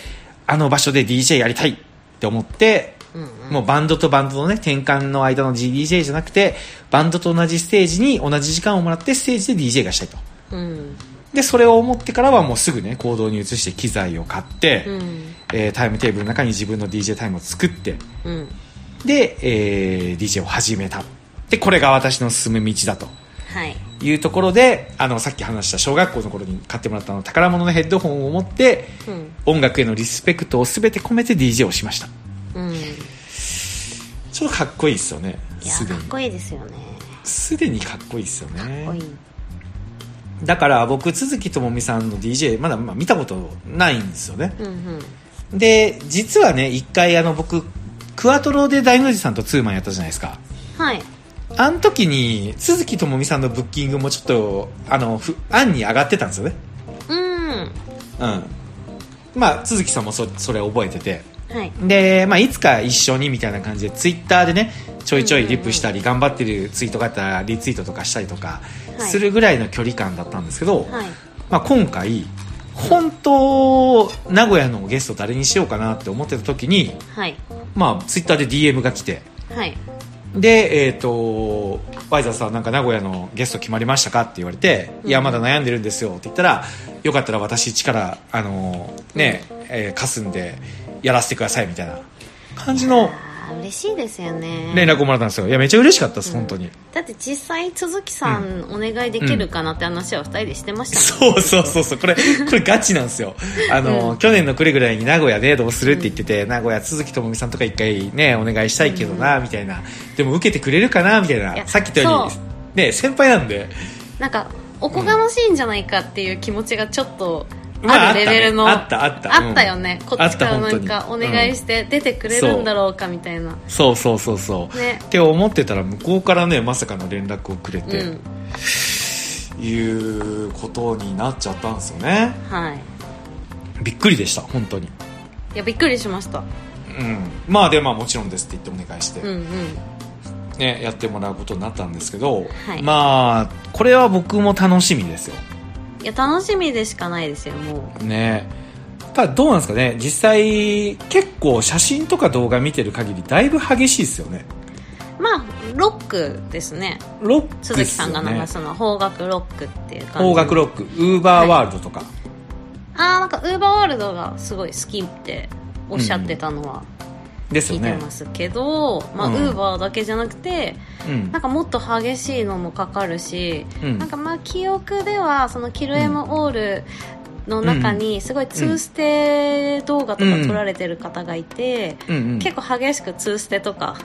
S1: あの場所で DJ やりたいって思って、
S2: うんうん
S1: もうバンドとバンドのね転換の間の DJ じゃなくてバンドと同じステージに同じ時間をもらってステージで DJ がしたいと
S2: うん
S1: でそれを思ってからはもうすぐね行動に移して機材を買って、
S2: うん
S1: えータイムテーブルの中に自分の DJ タイムを作って
S2: うん
S1: で、えー DJ を始めたでこれが私の進む道だと
S2: はい
S1: いうところであのさっき話した小学校の頃に買ってもらったあの宝物のヘッドホンを持って
S2: うん
S1: 音楽へのリスペクトを全て込めて DJ をしました
S2: うんい
S1: ちょっとかっこいいですよねす
S2: や
S1: で
S2: か
S1: に
S2: っこいいですよね
S1: すでにかっこいいですよ
S2: かっこ
S1: ね
S2: いい
S1: だから僕都築智美さんの DJ まだまあ見たことないんですよね
S2: うんうん
S1: で実はね一回あの僕クワトロで大の字さんとツーマンやったじゃないですか
S2: はい
S1: あの時に都築智美さんのブッキングもちょっとあのふ案に上がってたんですよね
S2: うん
S1: うん、まあ都築さんもそそれ覚えてて
S2: はい
S1: で、まあ、いつか一緒にみたいな感じでツイッターでねちょいちょいリプしたり頑張ってるツイートがあったらリツイートとかしたりとか
S2: はい
S1: するぐらいの距離感だったんですけど、
S2: はい
S1: まあ、今回本当名古屋のゲスト誰にしようかなって思ってた時に、
S2: はい
S1: まあ、ツイッターで DM が来て
S2: はい
S1: でえっ、と「ワイザーさんなんか名古屋のゲスト決まりましたか?」って言われて「
S2: うん
S1: いやまだ悩んでるんですよ」って言ったら「よかったら私力あのねえー貸すんでやらせてください」みたいな感じの
S2: あー嬉しいですよね
S1: 連絡をもらったんですよいやめちゃ嬉しかったです
S2: うん
S1: 本当に、
S2: だって実際都築さんお願いできるかなって話を二人でしてましたもん
S1: そうそうそうそうこれこれガチなんですよあの、去年の暮れぐらいに名古屋でどうするって言ってて、名古屋鈴木智美さんとか一回ねお願いしたいけどな、みたいなでも受けてくれるかなみたいない
S2: や
S1: さっき言ったように
S2: そう
S1: ね先輩なんで
S2: なんかおこがましいんじゃないかっていう気持ちがちょっと
S1: まあ
S2: あるレベルの、
S1: あったねあったあった
S2: あったよね、こっちからなんかお願いして出てくれるんだろうかみたいな
S1: そうそうそうそう、
S2: ね
S1: って思ってたら向こうからねまさかの連絡をくれ
S2: う
S1: て、
S2: ん
S1: いうことになっちゃったんですよね
S2: はい
S1: びっくりでした本当に
S2: いやびっくりしました
S1: うんまあでまあもちろんですって言ってお願いして、
S2: うんうん
S1: ね、やってもらうことになったんですけど、
S2: はい
S1: まあこれは僕も楽しみですよ
S2: いや楽しみでしかないですよも
S1: ねただどうなんですかね実際結構写真とか動画見てる限りだいぶ激しいですよね
S2: まあロックですね
S1: ロックっすよ
S2: 鈴
S1: ね
S2: 木さんが流すのは邦楽ロックっていう感じ
S1: 邦楽ロックウーバーワールドとか、
S2: ああなんかウーバーワールドがすごい好きっておっしゃってたのは
S1: です
S2: 聞
S1: よ
S2: いて
S1: ね
S2: ますけど、まあ、ウ
S1: うん
S2: ーバーだけじゃなくて
S1: うん
S2: なんかもっと激しいのもかかるし、
S1: うん
S2: なんかまあ記憶ではそのキルエムオールの中にすごいツーステ動画とか撮られてる方がいて、
S1: うんうん
S2: 結構激しくツーステとか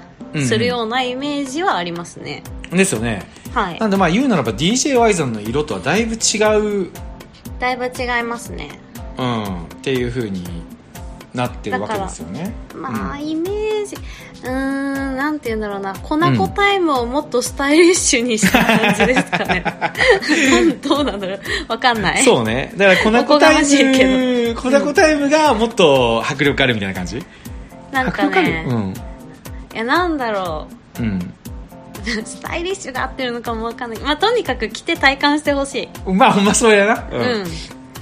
S2: するようなイメージはありますね、
S1: ですよね
S2: はい
S1: なんでまあ言うならば d j y さんの色とはだいぶ違う、
S2: だいぶ違いますね
S1: うん、っていう風になってるわけですよね
S2: まあ、
S1: うん
S2: イメージうーんなんて言うんだろうな粉子タイムをもっとスタイリッシュにした感じですか ね、なんどうなんだろうわかんない
S1: そうねだから粉子
S2: おこがましい
S1: タイム
S2: け
S1: 粉子タイムがもっと迫力あるみたいな感じ
S2: なんか
S1: 迫力ある
S2: ね、いやなんだろう
S1: うんうん
S2: スタイリッシュが合ってるのかもわかんない、まあ、とにかく着て体感してほしい、
S1: まあほんまそうやな、う
S2: うん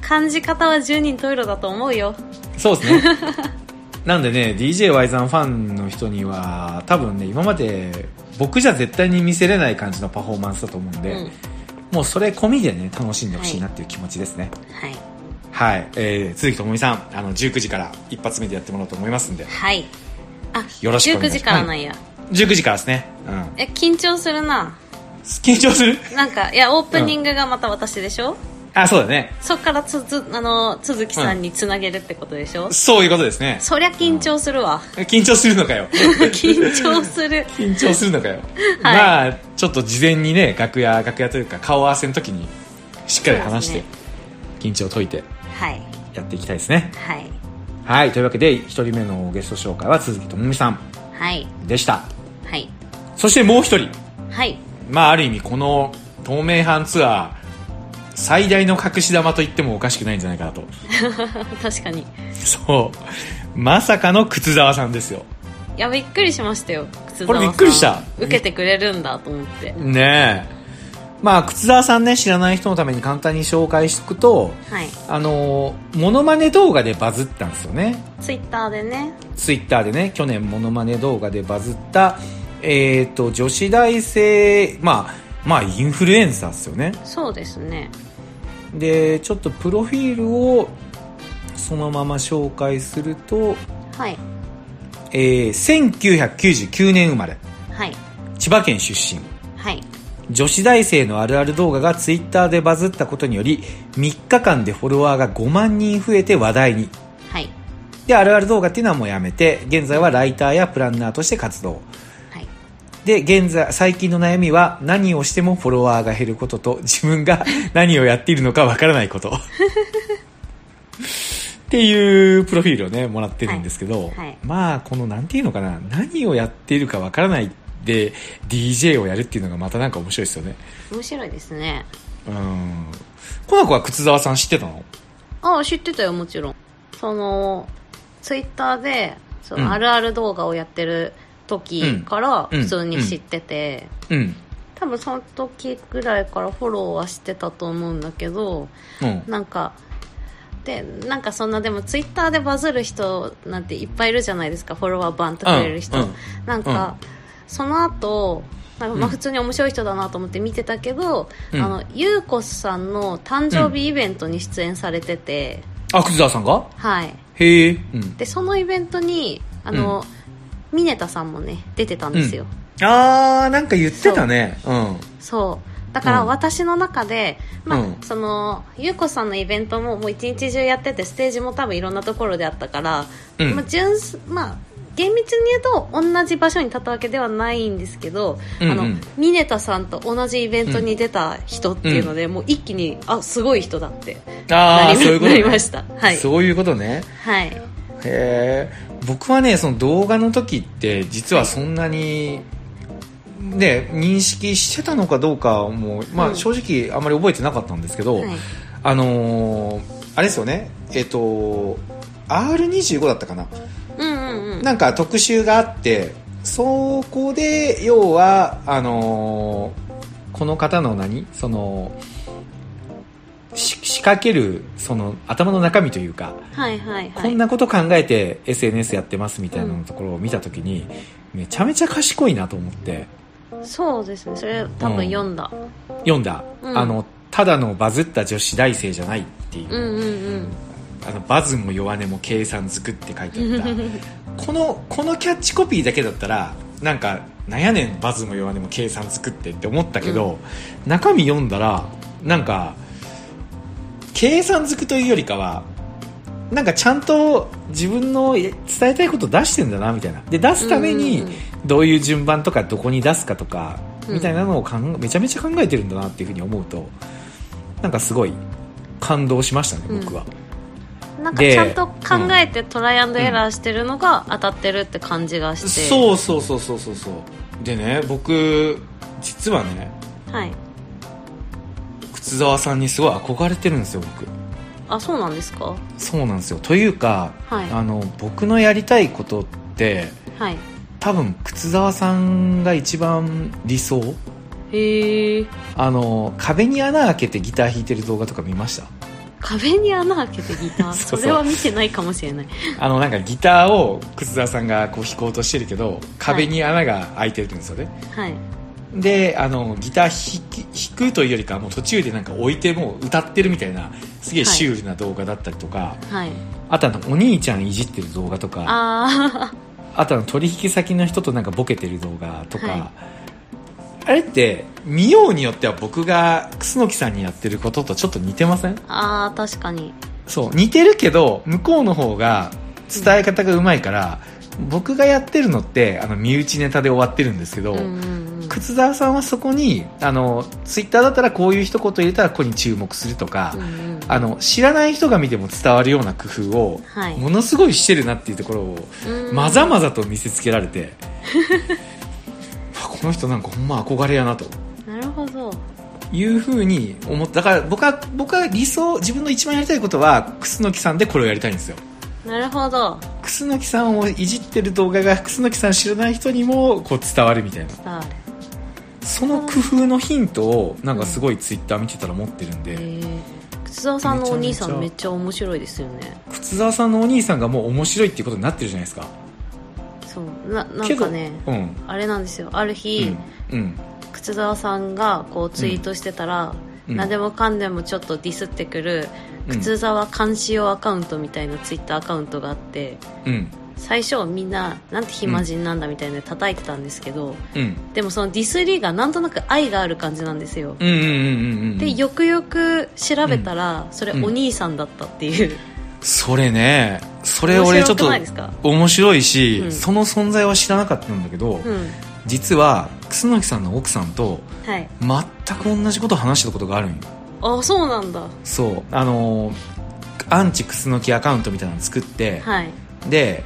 S2: 感じ方は十人十色だと思うよ
S1: そうですね なんでね d j y さんファンの人には多分ね今まで僕じゃ絶対に見せれない感じのパフォーマンスだと思うんで、
S2: うん
S1: もうそれ込みでね楽しんでほしいなっていう気持ちですね
S2: はい
S1: はい、えー、鈴木ともみさんあの19時から一発目でやってもらおうと思いますんで
S2: はいあ
S1: よろしくお願いします
S2: 19時からなんや、
S1: 19時からですねうん
S2: え緊張するな
S1: 緊張する
S2: なんかいやオープニングがまた私でしょ、
S1: あそうだね
S2: そっからつづあの鈴木さんにつなげるってことでしょ、
S1: そういうことですね
S2: そりゃ緊張するわ
S1: 緊張するのかよ
S2: 緊張する
S1: 緊張するのかよ、
S2: はい
S1: まあちょっと事前にね楽屋楽屋というか顔合わせの時にしっかり話して、
S2: そう
S1: 緊張を解いて
S2: はい
S1: やっていきたいですね
S2: はい
S1: はいというわけで1人目のゲスト紹介は鈴木ともみさん
S2: はい
S1: でした
S2: はい
S1: そしてもう1人
S2: はい
S1: まあある意味この東名阪ツアー最大の隠し玉と言ってもおかしくないんじゃないかなと
S2: 確かに
S1: そうまさかの靴沢さんですよ
S2: いやびっくりしましたよ靴
S1: これびっくりした
S2: 受けてくれるんだと思って
S1: ねえまあ靴沢さんね知らない人のために簡単に紹介しておくと
S2: はい
S1: あのモノマネ動画でバズったんですよね
S2: ツイッターでね
S1: ツイッターでね去年モノマネ動画でバズったえっ、と女子大生まあまあインフルエンサーですよね
S2: そうですね
S1: でちょっとプロフィールをそのまま紹介すると、
S2: はい
S1: えー1999年生まれ
S2: はい
S1: 千葉県出身
S2: はい
S1: 女子大生のあるある動画がツイッターでバズったことにより3日間でフォロワーが5万人増えて話題に
S2: はい
S1: であるある動画っていうのはもうやめて現在はライターやプランナーとして活動
S2: はい
S1: で現在最近の悩みは何をしてもフォロワーが減ることと自分が 何をやっているのかわからないこと っていうプロフィールをねもらってるんですけど、
S2: いはい
S1: まあこのなんていうのかな何をやっているかわからないで DJ をやるっていうのがまたなんか面白いですよね
S2: 面白いですね
S1: うんこの子は靴沢さん知ってたの
S2: ああ知ってたよもちろんそのツイッターでそ
S1: うん
S2: のあるある動画をやってる時から
S1: うん
S2: 普通に知ってて、
S1: うん
S2: 多分その時ぐらいからフォローはしてたと思うんだけど
S1: うん
S2: なんかでなんかそんなでもツイッターでバズる人なんていっぱいいるじゃないですかフォロワーバンとくれる人、
S1: うんうん
S2: なんか、その後なんかまあ普通に面白い人だなと思って見てたけど、
S1: うん
S2: あのゆうこさんの誕生日イベントに出演されてて、
S1: あ靴沢さんが
S2: はい
S1: へえうん
S2: でそのイベントにあの、ミネタさんもね出てたんですよ、
S1: あーなんか言ってたねうん
S2: そうだから
S1: うん
S2: 私の中で、まあ
S1: うん
S2: そのゆうこさんのイベントももう一日中やっててステージも多分いろんなところであったから、
S1: うん
S2: まあ純すまあ厳密に言うと同じ場所に立ったわけではないんですけど、
S1: うんうん
S2: あのミネタさんと同じイベントに出た人っていうので、もう一気にあすごい人だって
S1: あ
S2: な
S1: あ
S2: り
S1: そういうこと、
S2: な
S1: ね、
S2: りましたはい
S1: そういうことね
S2: はい
S1: へえ僕はねその動画の時って実はそんなにね認識してたのかどうかもま
S2: う
S1: あ
S2: ん
S1: 正直あんまり覚えてなかったんですけど、
S2: はい
S1: あのーあれですよねえっ、と R25 だったかな
S2: うんうんうん
S1: なんか特集があってそこで要はあのーこの方の何そのし資かけるその頭の中身というか、
S2: はいはいは
S1: こ
S2: い
S1: んなこと考えて SNS やってますみたいなのところを見た時に、めちゃめちゃ賢いなと思って
S2: そうですねそれ多分読んだ、
S1: 読んだ、
S2: うん
S1: あのただのバズった女子大生じゃないっていう、
S2: うん、うんうん
S1: あのバズも弱音も計算づくって書いて
S2: う
S1: あった
S2: ん
S1: このこのキャッチコピーだけだったらなんかなんやねんバズも弱音も計算づくってって思ったけど、中身読んだらなんか計算づくというよりかはなんかちゃんと自分のえ伝えたいこと出してんだなみたいなで出すために
S2: うんうんうん
S1: どういう順番とかどこに出すかとか
S2: うん
S1: みたいなのを考えめちゃめちゃ考えてるんだなっていうふうに思うとなんかすごい感動しましたね僕は。
S2: なんか
S1: で
S2: ちゃんと考えてトライアンドエラーしてるのが当たってるって感じがして、
S1: そうそうそうそうそうそうでね僕実はね
S2: はい
S1: 靴沢さんにすごい憧れてるんですよ僕
S2: あそうなんですか
S1: そうなんですよというか、
S2: はい
S1: あの僕のやりたいことって
S2: はい
S1: 多分靴沢さんが一番理想
S2: へえ
S1: あの壁に穴開けてギター弾いてる動画とか見ました
S2: 壁に穴開けてギタ
S1: そ
S2: ー
S1: うそう
S2: それは見てないかもしれない
S1: あのなんかギターを靴沢さんがこう弾こうとしてるけど壁に穴が開いてるんですよね、
S2: はい
S1: であのギター弾き弾くというよりかはもう途中でなんか置いてもう歌ってるみたいなすげえシュールな動画だったりとか、
S2: はい
S1: あとあのお兄ちゃんいじってる動画とかあ
S2: あ
S1: とあの取引先の人となんかボケてる動画とか、
S2: は
S1: あれって見ようによっては僕が楠木さんにやってることとちょっと似てません
S2: ー あー確かに
S1: そう似てるけど向こうの方が伝え方がうまいから、僕がやってるのってあの身内ネタで終わってるんですけど、
S2: うんうんうん
S1: 靴沢さんはそこにあのツイッターだったらこういう一言入れたらここに注目するとか、
S2: うんうん
S1: あの知らない人が見ても伝わるような工夫を、
S2: はい
S1: ものすごいしてるなっていうところを
S2: うん
S1: まざまざと見せつけられて あこの人なんかほんま憧れやなと
S2: なるほど
S1: いうふうに思っただから僕は僕は理想自分の一番やりたいことは楠木さんでこれをやりたいんですよ
S2: なるほど
S1: 楠木さんをいじってる動画が楠木さん知らない人にもこう伝わるみたいな
S2: 伝わる
S1: その工夫のヒントをなんかすごいツイッター見てたら持ってるんで、
S2: へー靴沢さんのお兄さんめ
S1: め
S2: っちゃ面白いですよね
S1: 靴沢さんのお兄さんがもう面白いっていうことになってるじゃないですか
S2: そうななんかね
S1: けどうん
S2: あれなんですよある日、
S1: うんうん
S2: 靴沢さんがこうツイートしてたら、
S1: うん
S2: 何でもかんでもちょっとディスってくる、
S1: うん
S2: 靴沢監視用アカウントみたいなツイッターアカウントがあって
S1: うん
S2: 最初みんななんて暇人なんだみたいな叩いてたんですけど、
S1: うん
S2: でもそのディスりがなんとなく愛がある感じなんですよ、
S1: うんうんうんうん
S2: でよくよく調べたら、それ
S1: うん
S2: お兄さんだったっていう、
S1: それねそれ俺ちょ
S2: 面白
S1: っと
S2: くないですか
S1: 面白いし、
S2: うん
S1: その存在は知らなかったんだけど、
S2: うん
S1: 実は楠木さんの奥さんと
S2: はい
S1: 全く同じことを話したことがあるんよ
S2: あそうなんだ
S1: そうあのーアンチ楠木アカウントみたいなの作って、
S2: はい
S1: で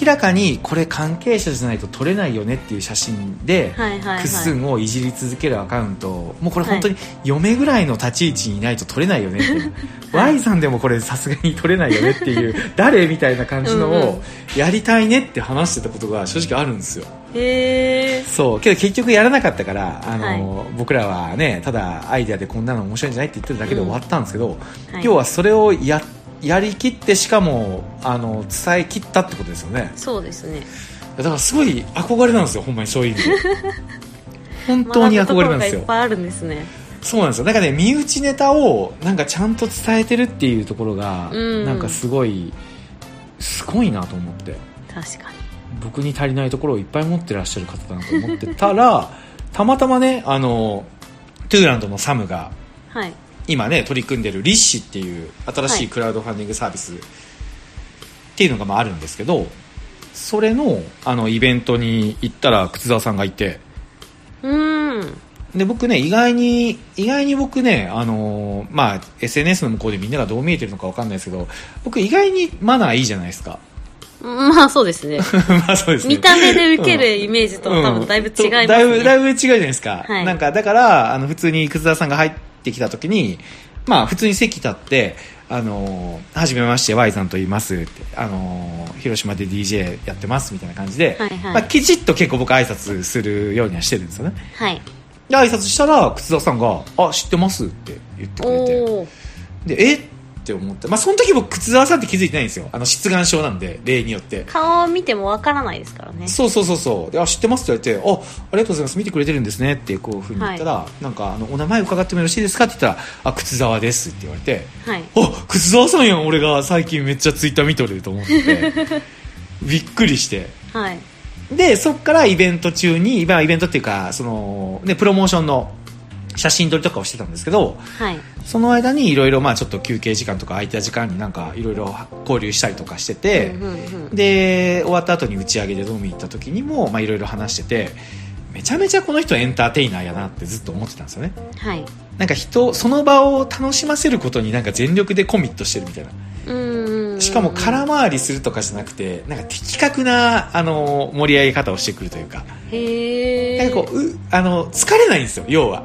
S1: 明らかにこれ関係者じゃないと撮れないよねっていう写真で、
S2: はいはいはい
S1: クッスンをいじり続けるアカウントをもうこれ本当に嫁ぐらいの立ち位置にいないと取れないよねって いう Y さんでもこれさすがに取れないよねっていう誰みたいな感じの
S2: うんう
S1: をやりたいねって話してたことが正直あるんですよ
S2: へえ
S1: そうけど結局やらなかったからあの、僕らはねただアイデアでこんなの面白いんじゃないって言ってるだけで終わったんですけど、
S2: はい
S1: 要はそれをややりきってしかもあの伝えきったってことですよね
S2: そうですね
S1: だからすごい憧れなんですよほんまにそういう意味で 本当に憧れなんですよ
S2: 学ぶところがいっぱいあるんですね
S1: そうなんですよなんかね身内ネタをなんかちゃんと伝えてるっていうところが、
S2: うん
S1: なんかすごいすごいなと思って
S2: 確かに
S1: 僕に足りないところをいっぱい持ってらっしゃる方だなと思ってたらたまたまねあのトゥーランドのサムが
S2: はい
S1: 今ね取り組んでるリッシっていう新しいクラウドファンディングサービスっていうのがまああるんですけどそれのあのイベントに行ったら靴沢さんがいて
S2: うーん
S1: で僕ね意外に意外に僕ねあのーまあ SNS の向こうでみんながどう見えてるのかわかんないですけど僕意外にマナーいいじゃないですか
S2: まあそうですね
S1: まあそうですね
S2: 見た目で受けるイメージと
S1: うん
S2: 多分だいぶ違います
S1: と
S2: ね、
S1: だいぶだいぶ違うじゃないですか、
S2: はい
S1: なんかだからあの普通に楠田さんが入ってきた時にまあ普通に席立って「あのーはじめまして Y さんと言います」って、あのー広島で DJ やってます」みたいな感じで、
S2: はいはい
S1: まあ、きちっと結構僕挨拶するようにはしてるんですよね
S2: はい
S1: で挨拶したら楠田さんが「あ知ってます」って言ってくれて
S2: おお
S1: でえって思って、まあ、その時僕靴沢さんって気づいてないんですよあの出願症なんで例によって
S2: 顔を見てもわからないですからね
S1: そうそうそうそうであ知ってますって言われてあありがとうございます見てくれてるんですねってこういうふうに言ったら、なんかあのお名前伺ってもよろしいですかって言ったらあ靴沢ですって言われて
S2: はい
S1: あ靴沢さんやん俺が最近めっちゃツイッター見とると思ってびっくりして
S2: はい
S1: でそっからイベント中にまあイベントっていうかその、ね、プロモーションの写真撮りとかをしてたんですけど
S2: はい
S1: その間にいろいろまあちょっと休憩時間とか空いた時間になんかいろいろ交流したりとかしてて、
S2: うんうんうん
S1: で終わった後に打ち上げで飲み行った時にもまあいろいろ話しててめちゃめちゃこの人エンターテイナーやなってずっと思ってたんですよね
S2: はい
S1: なんか人その場を楽しませることになんか全力でコミットしてるみたいな
S2: うんうんうん
S1: しかも空回りするとかじゃなくてなんか的確なあの盛り上げ方をしてくるというか
S2: へえ
S1: なんかこううあの疲れないんですよ要は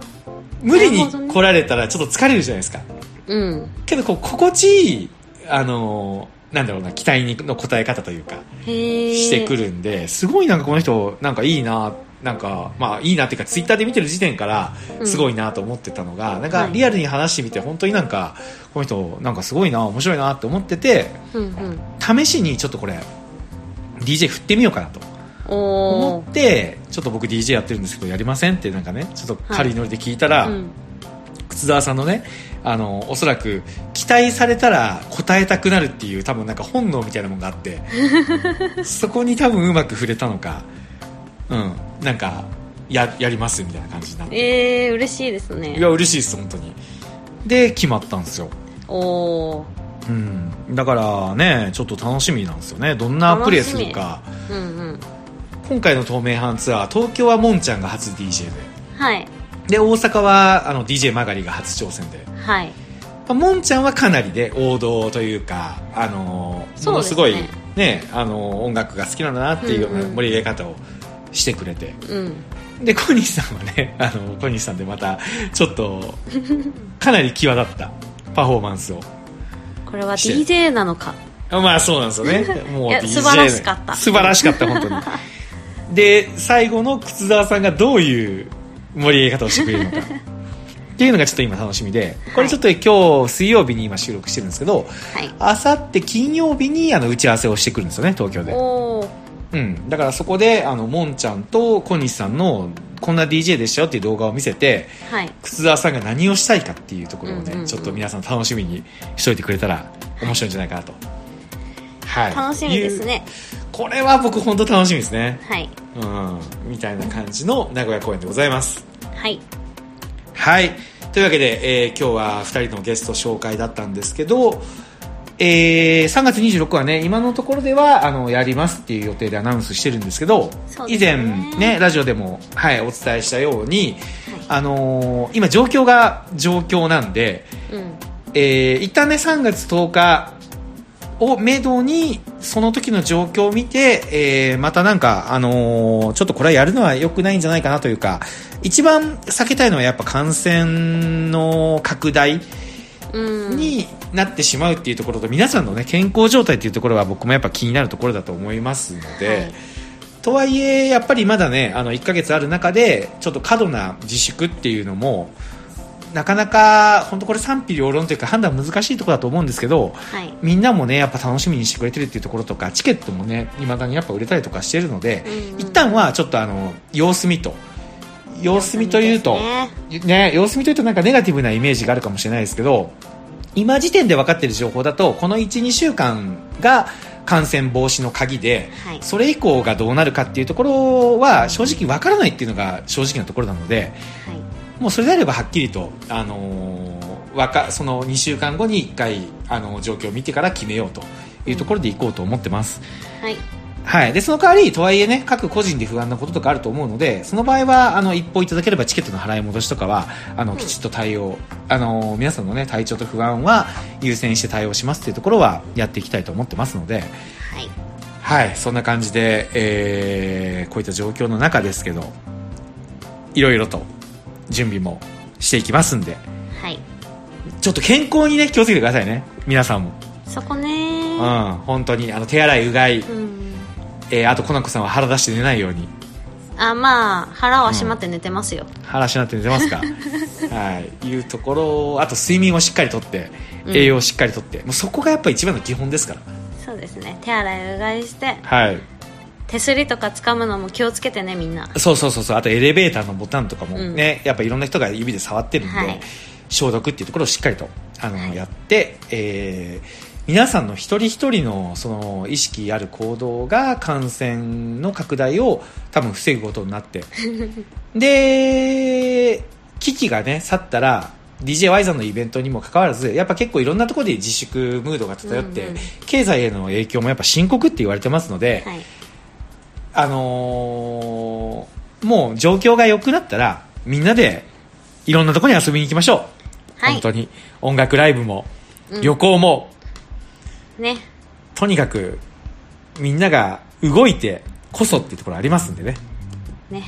S1: 無理
S2: な
S1: に
S2: るほどね
S1: 来られたらちょっと疲れるじゃないですか
S2: う、うん、
S1: けどこう心地いいあのなんだろうな期待にの応え方というか
S2: へえ
S1: してくるんで、すごいなんかこの人なんかいいななんかまあいいなっていうかツイッターで見てる時点から
S2: うん
S1: すごいなと思ってたのが、なん
S2: は
S1: か
S2: い
S1: リアルに話してみて本当になんかこの人なんかすごいな面白いなって思ってて
S2: うんうん
S1: 試しにちょっとこれ DJ 振ってみようかなと
S2: お
S1: 思
S2: お
S1: ってちょっと僕 DJ やってるんですけどやりませんってなんかねちょっと軽いノリで聞いたら、
S2: うん
S1: 靴沢さんのねあのおそらく期待されたら答えたくなるっていう多分なんか本能みたいなものがあって そこに多分うまく触れたのかうんなんかややりますみたいな感じになって
S2: えー、嬉しいですね
S1: いや嬉しいです本当にで決まったんですよ
S2: おお
S1: うんだからねちょっと楽しみなんですよねどんなプレーするか
S2: うんうん
S1: 今回の透明版ツアー東京はもんちゃんが初 DJ で
S2: はい
S1: で大阪はあの DJ 曲がりが初挑戦で
S2: はい
S1: まあもんちゃんはかなりで王道というか、あのー
S2: そう
S1: もの
S2: ですすね
S1: ごい、ねあのー音楽が好きなんだなっていうような
S2: うんうん
S1: 盛り上げ方をしてくれて、
S2: うん
S1: で小西さんはね、あの小西さんでまたちょっ とかなり際立ったパフォーマンスを。
S2: これは DJ なのか
S1: まあそうなんですよね もう
S2: いや
S1: DJ
S2: 素晴らしかった
S1: 素晴らしかった本 当にで最後の靴沢さんがどういう盛り上げ方をしてくれるのかっていうのがちょっと今楽しみでこれちょっと今日水曜日に今収録してるんですけど、
S2: はい
S1: あさって金曜日にあの打ち合わせをしてくるんですよね東京で、
S2: おお
S1: うん、だからそこであのもんちゃんと小西さんのこんな DJ でしたよっていう動画を見せて
S2: はい
S1: 靴沢さんが何をしたいかっていうところをね、
S2: うんうんうん
S1: ちょっと皆さん楽しみにしといてくれたら面白いんじゃないかなと、はい、
S2: 楽しみですね
S1: いうこれは僕本当楽しみですね
S2: はい
S1: うんみたいな感じの名古屋公演でございます
S2: はい
S1: はい。というわけで、えー今日は2人のゲスト紹介だったんですけど、えー3月26日はね、今のところでは、あの、やりますっていう予定でアナウンスしてるんですけど、
S2: そう
S1: 以
S2: です
S1: 前
S2: ね
S1: ね、ラジオでも、はい、お伝えしたように、あのー今状況が状況なんで、
S2: うん
S1: えー一旦ね、3月10日をめどに、その時の状況を見て、えーまたなんか、あのーちょっとこれはやるのは良くないんじゃないかなというか、一番避けたいのはやっぱ感染の拡大
S2: うん
S1: になってしまうっていうところと、皆さんのね、健康状態っていうところは僕もやっぱ気になるところだと思いますので、
S2: はい
S1: とはいえ、やっぱりまだね、あの、1ヶ月ある中で、ちょっと過度な自粛っていうのも、なかなか、本当これ賛否両論というか判断難しいところだと思うんですけど、
S2: はい
S1: みんなもね、やっぱ楽しみにしてくれてるっていうところとか、チケットもね、未だにやっぱ売れたりとかしてるので、
S2: うんうん
S1: 一旦はちょっとあの、様子見と。様子見というと、
S2: ね
S1: ね、様子見というとなんかネガティブなイメージがあるかもしれないですけど今時点で分かっている情報だとこの12週間が感染防止の鍵で、
S2: はい
S1: それ以降がどうなるかっていうところは正直分からないっていうのが正直なところなので
S2: はい
S1: もうそれであればはっきりと、あのーわかその2週間後に1回、あの状況を見てから決めようというところでいこうと思ってます。
S2: はい
S1: はい、でその代わり、とはいえね、各個人で不安なこととかあると思うので、その場合はあの一報いただければチケットの払い戻しとかはあのきちっと対応、あの皆さんの、ね、体調と不安は優先して対応しますというところはやっていきたいと思ってますので、
S2: はい
S1: はい、そんな感じで、えーこういった状況の中ですけど、いろいろと準備もしていきますんで、
S2: はい
S1: ちょっと健康にね気をつけてくださいね、皆さんも。
S2: そこ
S1: うん、
S2: ね
S1: 本当にあの手洗い、うがい、
S2: うん
S1: えーあと、コナコさんは腹出して寝ないように。
S2: あまあ腹は締まって寝てますよ
S1: 話になって寝てますかはいいうところあと睡眠をしっかりとって
S2: うん
S1: 栄養をしっかりとって、もうそこがやっぱ一番の基本ですから
S2: そうですね手洗いうがいして
S1: はい
S2: 手すりとか掴むのも気をつけてねみんな
S1: そうそうそうそうあとエレベーターのボタンとかも
S2: うん
S1: ね、やっぱいろんな人が指で触ってるんで、
S2: はい
S1: 消毒っていうところをしっかりとあの、やって、えー皆さんの一人一人のその意識ある行動が感染の拡大を多分防ぐことになって で危機がね去ったら DJY さんのイベントにもかかわらずやっぱ結構いろんなところで自粛ムードが漂って、
S2: うんうん
S1: 経済への影響もやっぱ深刻って言われてますので、
S2: はい
S1: あのーもう状況が良くなったら、みんなでいろんなとこに遊びに行きましょう。
S2: はい
S1: 本当に。音楽ライブも、
S2: うん
S1: 旅行も、
S2: ね
S1: とにかく、みんなが動いてこそっていうところありますんでね。
S2: ね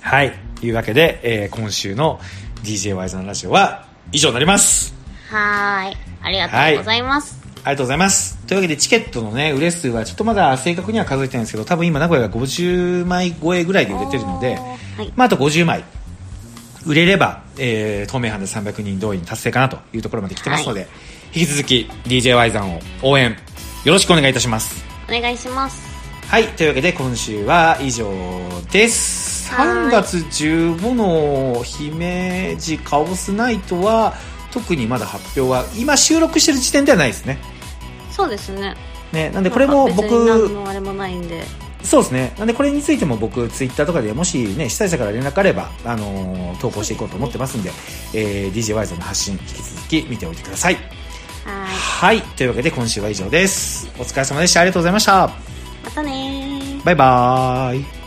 S1: はい。というわけで、えー今週の DJY さんラジオは以上になります。
S2: はーいありがとうございます、
S1: ありがとうございます。というわけで、チケットのね、売れ数はちょっとまだ正確には数えてないんですけど、多分今名古屋が50枚超えぐらいで売れてるので、
S2: おーはい
S1: まあ、あと50枚売れれば、えー、東名阪で300人動員達成かなというところまで来てますので、引き続き DJY さんを応援よろしくお願いいたします
S2: お願いします
S1: はいというわけで今週は以上です
S2: はーい
S1: 3月15の姫路カオスナイトは特にまだ発表は今収録してる時点ではないですね
S2: そうですね
S1: ねなんでこれも
S2: なんか
S1: 僕
S2: 別に何のあれもないんで
S1: そうですね。なんでこれについても僕、ツイッターとかでもしね、被災者から連絡あれば、あのー投稿していこうと思ってますんで、えー、DJY さんの発信、引き続き見ておいてください。
S2: はーい
S1: はい。というわけで今週は以上です。お疲れ様でした。ありがとうございました。
S2: またねー
S1: バイバーイ。